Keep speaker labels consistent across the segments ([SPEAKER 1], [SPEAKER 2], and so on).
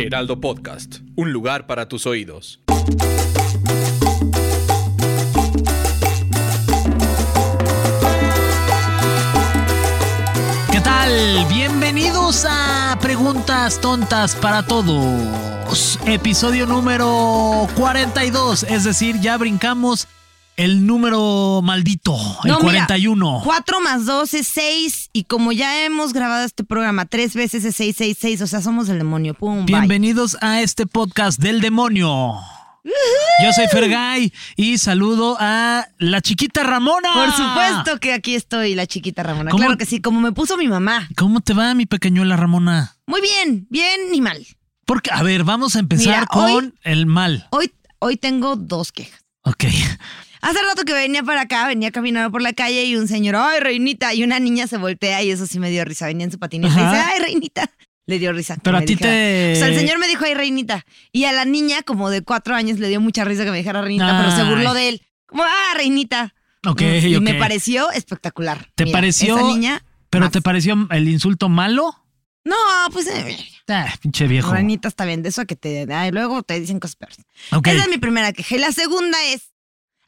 [SPEAKER 1] Heraldo Podcast, un lugar para tus oídos.
[SPEAKER 2] ¿Qué tal? Bienvenidos a Preguntas Tontas para Todos. Episodio número 42, es decir, ya brincamos el número maldito, el
[SPEAKER 3] No, mira,
[SPEAKER 2] 41.
[SPEAKER 3] 4 más 2 es 6 y como ya hemos grabado este programa tres veces es 666, o sea, somos el demonio. Pum, bye.
[SPEAKER 2] Bienvenidos a este podcast del demonio. Yo soy Fergay y saludo a la chiquita Ramona.
[SPEAKER 3] Por supuesto que aquí estoy, la chiquita Ramona.
[SPEAKER 2] ¿Cómo?
[SPEAKER 3] Claro que sí, como me puso mi mamá.
[SPEAKER 2] ¿Cómo te va, mi pequeñuela Ramona?
[SPEAKER 3] Muy bien, bien ni mal.
[SPEAKER 2] Porque, a ver, vamos a empezar
[SPEAKER 3] Mira,
[SPEAKER 2] con
[SPEAKER 3] hoy-
[SPEAKER 2] el mal.
[SPEAKER 3] Hoy, hoy tengo dos quejas.
[SPEAKER 2] Ok.
[SPEAKER 3] Hace rato que venía para acá, venía caminando por la calle y un señor, ay, reinita, y una niña se voltea y eso sí me dio risa. Venía en su patineta y
[SPEAKER 2] Ajá.
[SPEAKER 3] dice, ay, reinita. Le dio risa. que
[SPEAKER 2] Pero a
[SPEAKER 3] me
[SPEAKER 2] ti
[SPEAKER 3] dijera.
[SPEAKER 2] te-
[SPEAKER 3] O sea, el pues, señor me dijo, ay, reinita. Y a la niña, como de cuatro años, le dio mucha risa que me dijera reinita, pero se
[SPEAKER 2] Ay.
[SPEAKER 3] burló de él. Como, ah, reinita.
[SPEAKER 2] Ok,
[SPEAKER 3] y
[SPEAKER 2] ok.
[SPEAKER 3] me pareció espectacular.
[SPEAKER 2] ¿Te
[SPEAKER 3] Mira,
[SPEAKER 2] pareció-
[SPEAKER 3] Esa niña.
[SPEAKER 2] ¿Pero
[SPEAKER 3] más.
[SPEAKER 2] te pareció el insulto malo?
[SPEAKER 3] No, pues. eh,
[SPEAKER 2] Ah, pinche viejo.
[SPEAKER 3] reinita está bien, de eso a que te. ay, luego te dicen cosas peores.
[SPEAKER 2] Ok.
[SPEAKER 3] Esa es mi primera queja. Y la segunda es: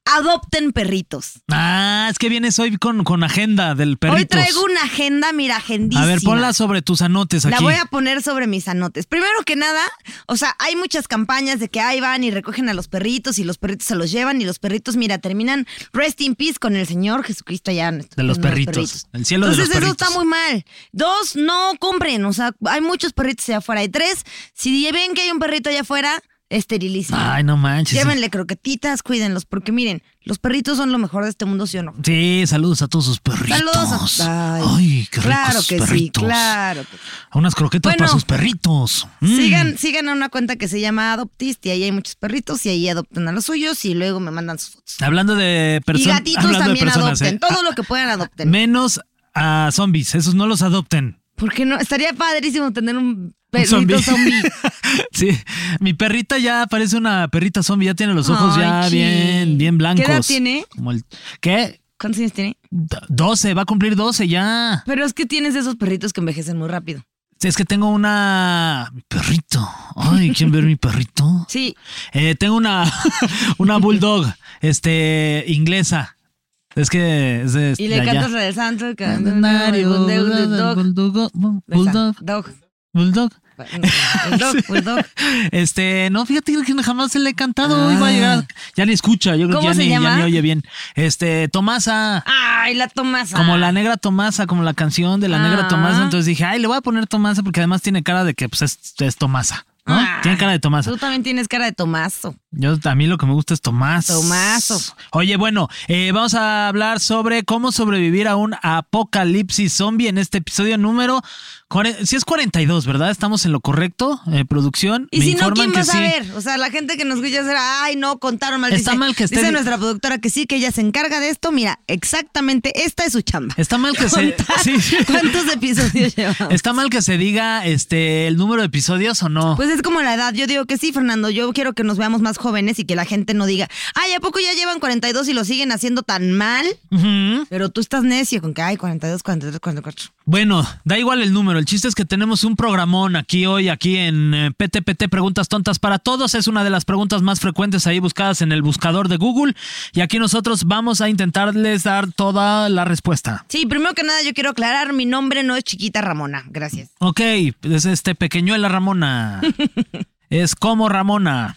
[SPEAKER 3] adopten perritos.
[SPEAKER 2] Ah, es que vienes hoy con, con agenda del perrito.
[SPEAKER 3] Hoy traigo una agenda, mira, agendísima.
[SPEAKER 2] A ver, ponla sobre tus anotes aquí.
[SPEAKER 3] La voy a poner sobre mis anotes. Primero que nada, o sea, hay muchas campañas de que ahí van y recogen a los perritos y los perritos se los llevan y los perritos, mira, terminan rest in peace con el Señor Jesucristo allá. en-
[SPEAKER 2] De los
[SPEAKER 3] en
[SPEAKER 2] perritos. El cielo de los
[SPEAKER 3] Entonces eso
[SPEAKER 2] perritos.
[SPEAKER 3] está muy mal. Dos, no compren, o sea, hay muchos perritos allá afuera. Y tres, si ven que hay un perrito allá afuera, esterilicen.
[SPEAKER 2] Ay, no manches.
[SPEAKER 3] Llévenle croquetitas, cuídenlos, porque miren, los perritos son lo mejor de este mundo, ¿sí o no?
[SPEAKER 2] Sí, saludos a todos sus perritos.
[SPEAKER 3] Saludos. a-
[SPEAKER 2] Ay, qué ricos
[SPEAKER 3] Claro
[SPEAKER 2] sus
[SPEAKER 3] que sí,
[SPEAKER 2] perritos.
[SPEAKER 3] claro que sí.
[SPEAKER 2] A Unas croquetas
[SPEAKER 3] Bueno.
[SPEAKER 2] para sus perritos. Mm.
[SPEAKER 3] Sigan, sigan a una cuenta que se llama Adoptist y ahí hay muchos perritos y ahí adoptan a los suyos y luego me mandan sus fotos.
[SPEAKER 2] Hablando de perso-
[SPEAKER 3] y gatitos
[SPEAKER 2] hablando de
[SPEAKER 3] también
[SPEAKER 2] personas.
[SPEAKER 3] adopten,
[SPEAKER 2] ¿eh?
[SPEAKER 3] todo lo que puedan adopten.
[SPEAKER 2] Menos a zombies, esos no los adopten.
[SPEAKER 3] Porque no, estaría padrísimo tener un perrito
[SPEAKER 2] zombie.
[SPEAKER 3] zombie.
[SPEAKER 2] Sí, mi perrita ya parece una perrita zombie, ya tiene los ojos
[SPEAKER 3] Ay,
[SPEAKER 2] ya
[SPEAKER 3] chi.
[SPEAKER 2] bien, bien blancos.
[SPEAKER 3] ¿Qué edad tiene?
[SPEAKER 2] Como el- ¿Qué?
[SPEAKER 3] ¿Cuántos años tiene?
[SPEAKER 2] D- 12, va a cumplir 12 ya.
[SPEAKER 3] Pero es que tienes esos perritos que envejecen muy rápido.
[SPEAKER 2] Es que tengo una... Mi perrito. Ay, ¿quién ver mi perrito?
[SPEAKER 3] Sí.
[SPEAKER 2] Eh, tengo una, una bulldog este, inglesa. Es que es de,
[SPEAKER 3] Y le
[SPEAKER 2] de allá.
[SPEAKER 3] cantas la del santo. que-
[SPEAKER 2] Canario,
[SPEAKER 3] Bulldog.
[SPEAKER 2] bulldog, bulldog,
[SPEAKER 3] Bulldog. Dog.
[SPEAKER 2] bulldog.
[SPEAKER 3] Bulldog. Bulldog.
[SPEAKER 2] Este, no, fíjate que jamás se le he cantado.
[SPEAKER 3] Ah.
[SPEAKER 2] Iba a llegar. Ya ni escucha, yo creo que
[SPEAKER 3] ¿Cómo
[SPEAKER 2] ya
[SPEAKER 3] se
[SPEAKER 2] ni, ya
[SPEAKER 3] llama?
[SPEAKER 2] ni oye bien. Este, Tomasa.
[SPEAKER 3] Ay, la Tomasa.
[SPEAKER 2] Como la negra Tomasa, como la canción de la negra
[SPEAKER 3] Ah.
[SPEAKER 2] Tomasa. Entonces dije, ay, le voy a poner Tomasa porque además tiene cara de que pues, es, es Tomasa, ¿no?
[SPEAKER 3] Ah.
[SPEAKER 2] tiene cara de Tomasa.
[SPEAKER 3] Tú también tienes cara de Tomaso.
[SPEAKER 2] Yo a mí lo que me gusta es Tomás.
[SPEAKER 3] Tomazo.
[SPEAKER 2] Oye, bueno, eh, vamos a hablar sobre cómo sobrevivir a un apocalipsis zombie en este episodio número. Si es 42, ¿verdad? Estamos en lo correcto, eh, producción.
[SPEAKER 3] Y
[SPEAKER 2] Me
[SPEAKER 3] si no,
[SPEAKER 2] informan
[SPEAKER 3] ¿quién
[SPEAKER 2] que
[SPEAKER 3] va a
[SPEAKER 2] sí.
[SPEAKER 3] saber? O sea, la gente que nos escucha será, ay, no, contaron mal.
[SPEAKER 2] Está
[SPEAKER 3] Dice-
[SPEAKER 2] mal que esté-
[SPEAKER 3] Dice nuestra productora que sí, que ella se encarga de esto. Mira, exactamente esta es su chamba.
[SPEAKER 2] Está mal que se.
[SPEAKER 3] Contar
[SPEAKER 2] sí, sí.
[SPEAKER 3] ¿Cuántos episodios llevamos?
[SPEAKER 2] Está mal que se diga este el número de episodios o no.
[SPEAKER 3] Pues es como la edad. Yo digo que sí, Fernando. Yo quiero que nos veamos más jóvenes y que la gente no diga, ay, ¿a poco ya llevan 42 y lo siguen haciendo tan mal?
[SPEAKER 2] Ujú.
[SPEAKER 3] Pero tú estás necio con que, ay, 42, 43, 44.
[SPEAKER 2] Bueno, da igual el número. El chiste es que tenemos un programón aquí hoy, aquí en eh, PTPT Preguntas Tontas para Todos. Es una de las preguntas más frecuentes ahí buscadas en el buscador de Google. Y aquí nosotros vamos a intentarles dar toda la respuesta.
[SPEAKER 3] Sí, primero que nada, yo quiero aclarar: mi nombre no es Chiquita Ramona. Gracias.
[SPEAKER 2] Ok, es este pequeñuela Ramona. es como Ramona.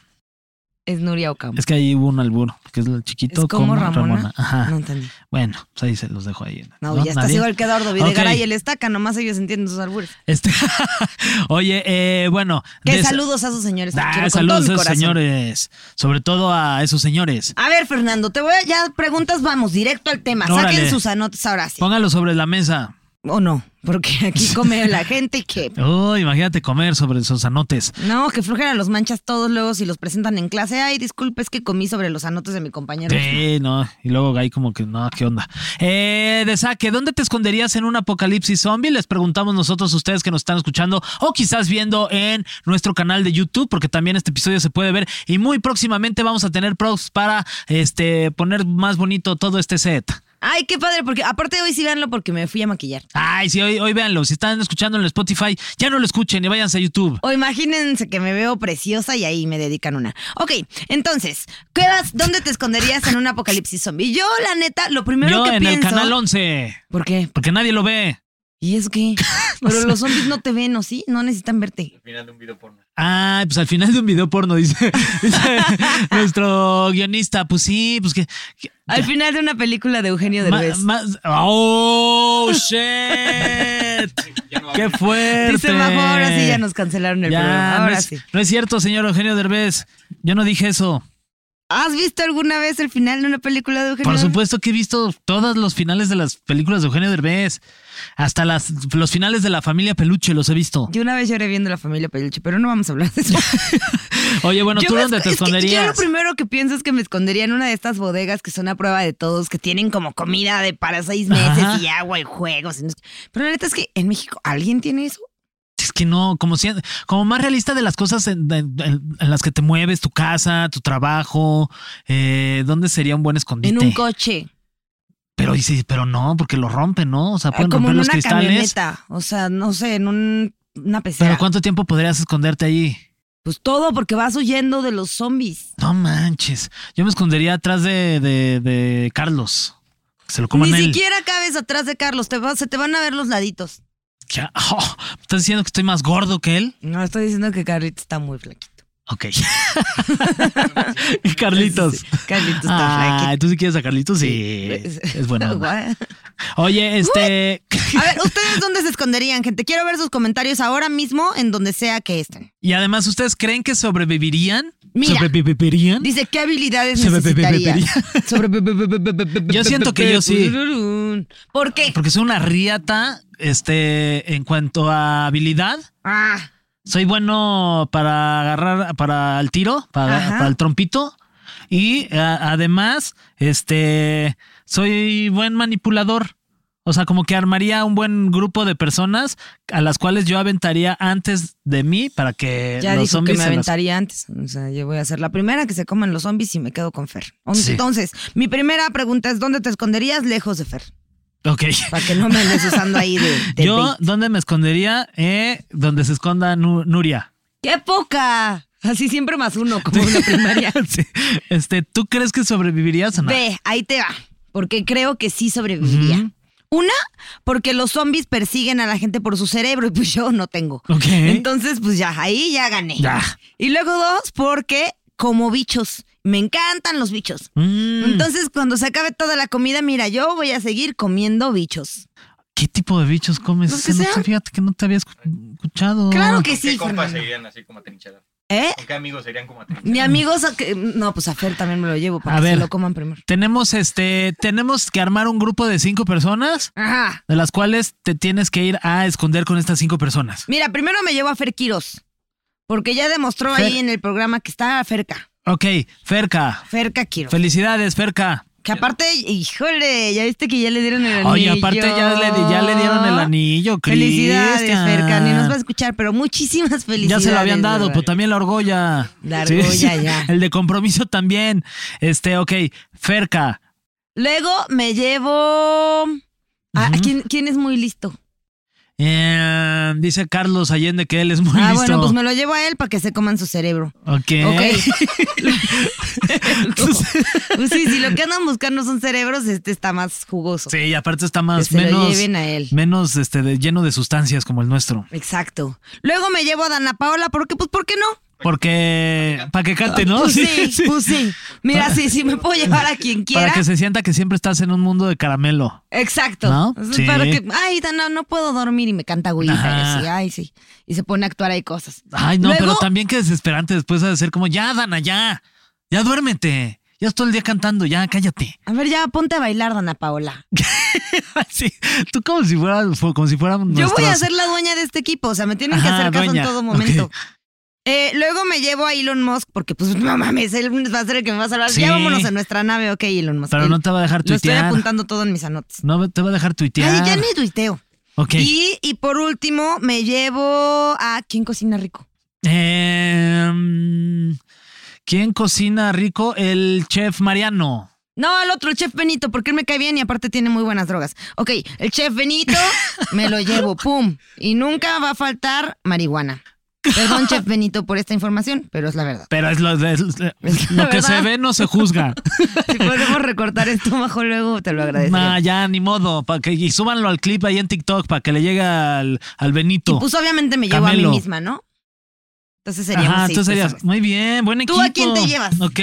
[SPEAKER 3] Es Nuria Ocampo.
[SPEAKER 2] Es que ahí hubo un albur, que es el chiquito
[SPEAKER 3] Es como Ramona.
[SPEAKER 2] Ajá.
[SPEAKER 3] No entendí.
[SPEAKER 2] Bueno, pues ahí se los dejo ahí.
[SPEAKER 3] No, ya está
[SPEAKER 2] ¿Nadie?
[SPEAKER 3] igual que Dardo Videgaray
[SPEAKER 2] Ok.
[SPEAKER 3] y el Estaca, nomás ellos entienden sus albures.
[SPEAKER 2] Este, oye, eh, bueno.
[SPEAKER 3] Que
[SPEAKER 2] de esa-
[SPEAKER 3] saludos a esos señores. que
[SPEAKER 2] Ah,
[SPEAKER 3] quiero con todo
[SPEAKER 2] saludos
[SPEAKER 3] mi
[SPEAKER 2] a esos
[SPEAKER 3] corazón.
[SPEAKER 2] señores. Sobre todo a esos señores.
[SPEAKER 3] A ver, Fernando, te voy a ya preguntas, vamos, directo al tema.
[SPEAKER 2] Órale.
[SPEAKER 3] Saquen sus anotes ahora sí.
[SPEAKER 2] Póngalos sobre la mesa.
[SPEAKER 3] O no, porque aquí come la gente que.
[SPEAKER 2] Oh, imagínate comer sobre esos anotes.
[SPEAKER 3] No, que flujera los manchas todos luego si los presentan en clase. Ay, disculpe, es que comí sobre los anotes de mi compañero.
[SPEAKER 2] Sí, no. Y luego ahí como que, no, ¿qué onda? Eh, de saque, ¿dónde te esconderías en un apocalipsis zombie? Les preguntamos nosotros, ustedes que nos están escuchando o quizás viendo en nuestro canal de YouTube, porque también este episodio se puede ver. Y muy próximamente vamos a tener props para este, poner más bonito todo este set.
[SPEAKER 3] Ay, qué padre, porque aparte hoy sí véanlo porque me fui a maquillar.
[SPEAKER 2] Ay, sí, hoy, hoy véanlo. Si están escuchando en el Spotify, ya no lo escuchen y váyanse a YouTube.
[SPEAKER 3] O imagínense que me veo preciosa y ahí me dedican una. Ok, entonces, ¿qué vas- ¿dónde te esconderías en un apocalipsis zombie? Yo, la neta, lo primero
[SPEAKER 2] Yo
[SPEAKER 3] que
[SPEAKER 2] en el
[SPEAKER 3] pienso.
[SPEAKER 2] canal 11,
[SPEAKER 3] ¿Por qué?
[SPEAKER 2] porque nadie lo ve.
[SPEAKER 3] ¿Y eso qué? Pero los zombies no te ven, ¿o sí? No necesitan verte.
[SPEAKER 2] Ay, pues al final de un video porno, dice, dice nuestro guionista. Pues sí, pues que. que-
[SPEAKER 3] Al final de una película de Eugenio
[SPEAKER 2] ma-
[SPEAKER 3] Derbez.
[SPEAKER 2] más- ¡Oh, shit! ¡Qué fuerte!
[SPEAKER 3] Dice Majo, ahora sí ya nos cancelaron el
[SPEAKER 2] Ya,
[SPEAKER 3] programa.
[SPEAKER 2] no
[SPEAKER 3] Ahora
[SPEAKER 2] es-
[SPEAKER 3] sí.
[SPEAKER 2] No es cierto, señor Eugenio Derbez. Yo no dije eso.
[SPEAKER 3] ¿Has visto alguna vez el final de una película de Eugenio
[SPEAKER 2] Por
[SPEAKER 3] Derbez?
[SPEAKER 2] supuesto que he visto todos los finales de las películas de Eugenio Derbez. Hasta las, los finales de la familia Peluche los he visto.
[SPEAKER 3] Yo una vez lloré viendo la familia Peluche, pero no vamos a hablar de eso.
[SPEAKER 2] Oye, bueno,
[SPEAKER 3] Yo
[SPEAKER 2] ¿tú
[SPEAKER 3] me
[SPEAKER 2] dónde
[SPEAKER 3] esco-
[SPEAKER 2] te
[SPEAKER 3] es que Yo lo
[SPEAKER 2] esconderías?
[SPEAKER 3] primero que pienso es que me escondería en una de estas bodegas que son a prueba de todos, que tienen como comida de para seis meses
[SPEAKER 2] Ajá.
[SPEAKER 3] y agua y juegos. y no sé qué. Pero la neta es que en México, ¿alguien tiene eso?
[SPEAKER 2] Es que no, como, si- como más realista de las cosas en, en- en- en las que te mueves, tu casa, tu trabajo, eh, ¿dónde sería un buen escondite?
[SPEAKER 3] En un coche,
[SPEAKER 2] Pero dices, pero no, porque lo rompen, ¿no? O sea, pueden
[SPEAKER 3] como
[SPEAKER 2] romper
[SPEAKER 3] en
[SPEAKER 2] los
[SPEAKER 3] una
[SPEAKER 2] cristales.
[SPEAKER 3] camioneta. O sea, no sé, en un- una pecera.
[SPEAKER 2] Pero ¿cuánto tiempo podrías esconderte ahí?
[SPEAKER 3] Pues todo, porque vas huyendo de los zombies.
[SPEAKER 2] No manches. Yo me escondería atrás de, de, de Carlos. Que se lo coman
[SPEAKER 3] Ni
[SPEAKER 2] él.
[SPEAKER 3] siquiera cabes atrás de Carlos, te va- se te van a ver los laditos.
[SPEAKER 2] Ya, oh, ¿me ¿Estás diciendo que estoy más gordo que él?
[SPEAKER 3] No, estoy diciendo que Carlitos está muy flaquito.
[SPEAKER 2] Ok. Carlitos.
[SPEAKER 3] Sí, Carlitos está
[SPEAKER 2] Ah,
[SPEAKER 3] flaquito.
[SPEAKER 2] ¿tú sí quieres a Carlitos? Sí.
[SPEAKER 3] Es-
[SPEAKER 2] Es bueno.
[SPEAKER 3] Guau.
[SPEAKER 2] Oye, este.
[SPEAKER 3] A ver, ¿ustedes dónde se esconderían, gente? Quiero ver sus comentarios ahora mismo en donde sea que estén.
[SPEAKER 2] Y además, ¿ustedes creen que sobrevivirían?
[SPEAKER 3] Mira.
[SPEAKER 2] ¿Sobrevivirían?
[SPEAKER 3] Dice, ¿qué habilidades
[SPEAKER 2] Se me- me- me- me-
[SPEAKER 3] necesitarías? Sobre-
[SPEAKER 2] Yo siento que yo sí.
[SPEAKER 3] ¿Por qué?
[SPEAKER 2] Porque soy una riata, este, en cuanto a habilidad.
[SPEAKER 3] Ah,
[SPEAKER 2] Soy bueno para agarrar, para el tiro, para,
[SPEAKER 3] Ajá.
[SPEAKER 2] para el trompito. Y a- además, este, soy buen manipulador. O sea, como que armaría un buen grupo de personas a las cuales yo aventaría antes de mí para que
[SPEAKER 3] ya
[SPEAKER 2] Eh, los
[SPEAKER 3] dijo que
[SPEAKER 2] zombies se
[SPEAKER 3] me
[SPEAKER 2] las-
[SPEAKER 3] aventaría antes. O sea, yo voy a ser la primera que se coman los zombies y me quedo con Fer.
[SPEAKER 2] Sí.
[SPEAKER 3] Entonces, mi primera pregunta es, ¿dónde te esconderías lejos de Fer?
[SPEAKER 2] Ok.
[SPEAKER 3] Para que no me andes usando ahí de... de
[SPEAKER 2] Yo,
[SPEAKER 3] bait.
[SPEAKER 2] ¿dónde me escondería? Eh, donde se esconda Nu- Nuria.
[SPEAKER 3] ¡Qué poca! Así siempre más uno, como en la primaria.
[SPEAKER 2] Sí. Este, ¿tú crees que sobrevivirías o no?
[SPEAKER 3] Ve, ahí te va. Porque creo que sí sobreviviría.
[SPEAKER 2] Ujú.
[SPEAKER 3] Una, porque los zombies persiguen a la gente por su cerebro y pues yo no tengo.
[SPEAKER 2] Ok.
[SPEAKER 3] Entonces, pues ya, ahí ya gané.
[SPEAKER 2] Ya.
[SPEAKER 3] Y luego dos, porque como bichos. Me encantan los bichos.
[SPEAKER 2] Mm,
[SPEAKER 3] Entonces, cuando se acabe toda la comida, mira, yo voy a seguir comiendo bichos.
[SPEAKER 2] ¿Qué tipo de bichos comes?
[SPEAKER 3] Los que
[SPEAKER 2] Ese no te-
[SPEAKER 3] sean.
[SPEAKER 2] fíjate que no te había escu- escuchado.
[SPEAKER 3] Claro que
[SPEAKER 4] ¿Qué
[SPEAKER 3] sí.
[SPEAKER 4] compas
[SPEAKER 3] Fernando.
[SPEAKER 4] serían así como trincheras?
[SPEAKER 3] ¿Eh?
[SPEAKER 4] ¿Con qué amigos serían como trincheras?
[SPEAKER 3] Mi amigo, sa- que- no, pues a Fer también me lo llevo para
[SPEAKER 2] A
[SPEAKER 3] que
[SPEAKER 2] ver.
[SPEAKER 3] se lo coman primero.
[SPEAKER 2] Tenemos este, tenemos que armar un grupo de cinco personas,
[SPEAKER 3] Ajá.
[SPEAKER 2] de las cuales te tienes que ir a esconder con estas cinco personas.
[SPEAKER 3] Mira, primero me llevo a Fer Quiroz. Porque ya demostró
[SPEAKER 2] Fer-
[SPEAKER 3] ahí en el programa que está cerca.
[SPEAKER 2] Ok, Ferca.
[SPEAKER 3] Ferca Quiroz.
[SPEAKER 2] Felicidades, Ferca.
[SPEAKER 3] que aparte, híjole, ya viste que ya le dieron el anillo.
[SPEAKER 2] Oye, aparte ya le, di- ya le dieron el anillo,
[SPEAKER 3] Felicidades,
[SPEAKER 2] Cristian.
[SPEAKER 3] Ferca. Ni nos va a escuchar, pero muchísimas felicidades.
[SPEAKER 2] Ya se lo habían dado,
[SPEAKER 3] ¿verdad?
[SPEAKER 2] pues también la orgolla.
[SPEAKER 3] La argolla, ya.
[SPEAKER 2] El de compromiso también. Este, ok, Ferca.
[SPEAKER 3] Luego me llevo. a- ¿A,
[SPEAKER 2] Ujú.
[SPEAKER 3] quién, quién es muy listo?
[SPEAKER 2] Eh, dice Carlos Allende que él es muy
[SPEAKER 3] ah,
[SPEAKER 2] listo. ¿Eh?
[SPEAKER 3] bueno, pues me lo llevo a él para que se coman su cerebro. Ok. pues sí, si lo que andan buscando son cerebros, este está más jugoso.
[SPEAKER 2] Sí, y aparte está
[SPEAKER 3] que
[SPEAKER 2] más
[SPEAKER 3] se lo
[SPEAKER 2] menos,
[SPEAKER 3] lleven a él.
[SPEAKER 2] menos este de- lleno de sustancias como el nuestro.
[SPEAKER 3] Exacto. Luego me llevo a Dana Paola, porque, pues, ¿por qué no?
[SPEAKER 2] Porque para que cante, ¿no?
[SPEAKER 3] Pues sí, pues sí. Mira, sí, sí me puedo llevar a quien quiera.
[SPEAKER 2] Para que se sienta que siempre estás en un mundo de caramelo.
[SPEAKER 3] Exacto.
[SPEAKER 2] ¿No?
[SPEAKER 3] O sea,
[SPEAKER 2] Sí.
[SPEAKER 3] Para que, ay, no, no puedo dormir y me canta güey.
[SPEAKER 2] Ajá.
[SPEAKER 3] ay, sí. Y se pone a actuar ahí cosas.
[SPEAKER 2] Ay, no,
[SPEAKER 3] Luego,
[SPEAKER 2] pero también que desesperante después ha de ser como, ya, Dana, ya, ya duérmete, Ya estoy el día cantando, ya cállate.
[SPEAKER 3] A ver, ya ponte a bailar, Dana Paola.
[SPEAKER 2] Sí, tú como si fuera, como si fuera
[SPEAKER 3] Yo voy a ser la dueña de este equipo, o sea, me tienen que
[SPEAKER 2] Ajá,
[SPEAKER 3] hacer caso
[SPEAKER 2] dueña.
[SPEAKER 3] en todo momento.
[SPEAKER 2] Ok.
[SPEAKER 3] Eh, luego me llevo a Elon Musk porque, pues, no mames, él va a ser el que me va a salvar.
[SPEAKER 2] Sí.
[SPEAKER 3] Ya vámonos a nuestra nave, ok, Elon Musk.
[SPEAKER 2] Pero
[SPEAKER 3] Él-
[SPEAKER 2] no te va a dejar
[SPEAKER 3] Lo estoy
[SPEAKER 2] tuitear.
[SPEAKER 3] apuntando todo en mis anotes.
[SPEAKER 2] No te va a dejar tuitear.
[SPEAKER 3] Ay, ya ni tuiteo.
[SPEAKER 2] Ok.
[SPEAKER 3] Y, y por último, me llevo a ¿Quién cocina rico?
[SPEAKER 2] Em, ¿Quién cocina rico? El chef Mariano.
[SPEAKER 3] No, al otro, el chef Benito, porque él me cae bien y aparte tiene muy buenas drogas. Ok, el chef Benito me lo llevo, pum. Y nunca va a faltar marihuana. Perdón, chef Benito, por esta información, pero es la verdad.
[SPEAKER 2] Pero es lo, es- es-
[SPEAKER 3] Es la
[SPEAKER 2] lo que se
[SPEAKER 3] verdad.
[SPEAKER 2] ve no se juzga.
[SPEAKER 3] Si podemos recortar esto bajo luego, te lo agradecería.
[SPEAKER 2] Nah, ya, ni modo. pa' que, y súbanlo al clip ahí en TikTok para que le llegue al, al Benito.
[SPEAKER 3] Pues obviamente me llevo
[SPEAKER 2] Camelo.
[SPEAKER 3] a mí misma, ¿no? Entonces seríamos
[SPEAKER 2] Ajá,
[SPEAKER 3] seis
[SPEAKER 2] tú serías.
[SPEAKER 3] personas.
[SPEAKER 2] Muy bien, buen equipo.
[SPEAKER 3] pues, ¿Tú a quién te llevas?
[SPEAKER 2] Ok,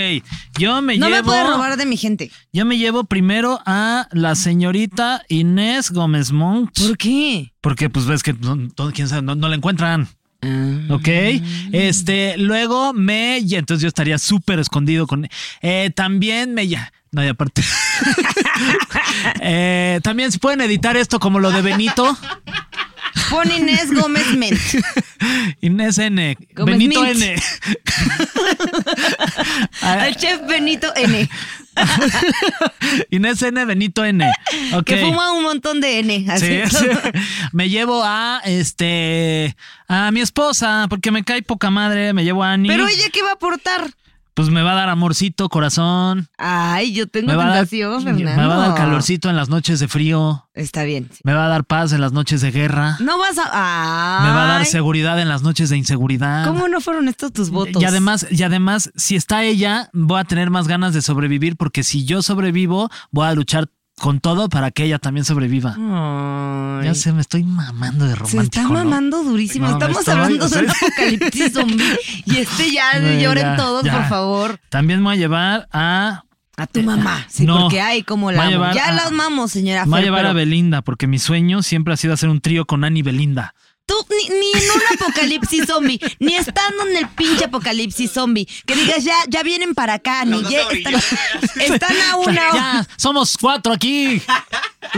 [SPEAKER 2] yo me
[SPEAKER 3] No
[SPEAKER 2] llevo.
[SPEAKER 3] me puedes robar de mi gente.
[SPEAKER 2] Yo me llevo primero a la señorita Inés Gómez Montt.
[SPEAKER 3] ¿Por qué?
[SPEAKER 2] Porque, pues ves que no, todo- quién sabe, no, no la encuentran.
[SPEAKER 3] Ah.
[SPEAKER 2] Ok. Este, luego me. Y entonces yo estaría súper escondido con. Eh, también me. ya- No, y aparte. Eh, también si pueden editar esto como lo de Benito.
[SPEAKER 3] Pon Inés Gómez Ment.
[SPEAKER 2] Inés N.
[SPEAKER 3] Gómez
[SPEAKER 2] Benito
[SPEAKER 3] Mint.
[SPEAKER 2] N. Ah,
[SPEAKER 3] Al chef Benito N.
[SPEAKER 2] Inés N. Benito N. Ok.
[SPEAKER 3] Que fuma un montón de N. Así
[SPEAKER 2] Sí,
[SPEAKER 3] todo.
[SPEAKER 2] sí. Me llevo a este a mi esposa, porque me cae poca madre, me llevo a Ani.
[SPEAKER 3] Pero ella, ¿qué va a aportar?
[SPEAKER 2] Pues me va a dar amorcito, corazón.
[SPEAKER 3] Ay, yo tengo
[SPEAKER 2] Me va, a dar,
[SPEAKER 3] tentación, Fernando.
[SPEAKER 2] me va a dar calorcito en las noches de frío.
[SPEAKER 3] Está bien. sí.
[SPEAKER 2] Me va a dar paz en las noches de guerra.
[SPEAKER 3] No vas a. Ay,
[SPEAKER 2] Me va a dar seguridad en las noches de inseguridad.
[SPEAKER 3] ¿Cómo no fueron estos tus votos?
[SPEAKER 2] Y además, y además, si está ella, voy a tener más ganas de sobrevivir porque si yo sobrevivo, voy a luchar con todo para que ella también sobreviva.
[SPEAKER 3] Ay.
[SPEAKER 2] Ya sé, me estoy mamando de
[SPEAKER 3] Se
[SPEAKER 2] romántico.
[SPEAKER 3] está
[SPEAKER 2] ¿no?
[SPEAKER 3] mamando durísimo.
[SPEAKER 2] No, me
[SPEAKER 3] Estamos
[SPEAKER 2] estoy-
[SPEAKER 3] hablando de un
[SPEAKER 2] o sea-
[SPEAKER 3] apocalipsis zombie. Y este ya
[SPEAKER 2] Ay,
[SPEAKER 3] lloren
[SPEAKER 2] ya,
[SPEAKER 3] todos,
[SPEAKER 2] ya.
[SPEAKER 3] por favor.
[SPEAKER 2] También me voy a llevar a.
[SPEAKER 3] A tu mamá. Sí,
[SPEAKER 2] ah, no.
[SPEAKER 3] porque ay, como la
[SPEAKER 2] Va a
[SPEAKER 3] amo.
[SPEAKER 2] llevar
[SPEAKER 3] Ya
[SPEAKER 2] a-
[SPEAKER 3] la amamos, señora.
[SPEAKER 2] Me voy a
[SPEAKER 3] Fer,
[SPEAKER 2] llevar
[SPEAKER 3] pero
[SPEAKER 2] a Belinda, porque mi sueño siempre ha sido hacer un trío con Annie Belinda.
[SPEAKER 3] Tú, ni, ni en un apocalipsis zombie, ni estando en el pinche apocalipsis zombie, que digas ya, ya vienen para acá, ni
[SPEAKER 4] dos
[SPEAKER 3] ya
[SPEAKER 4] se
[SPEAKER 3] están, están a una hora.
[SPEAKER 2] Ya, somos cuatro aquí.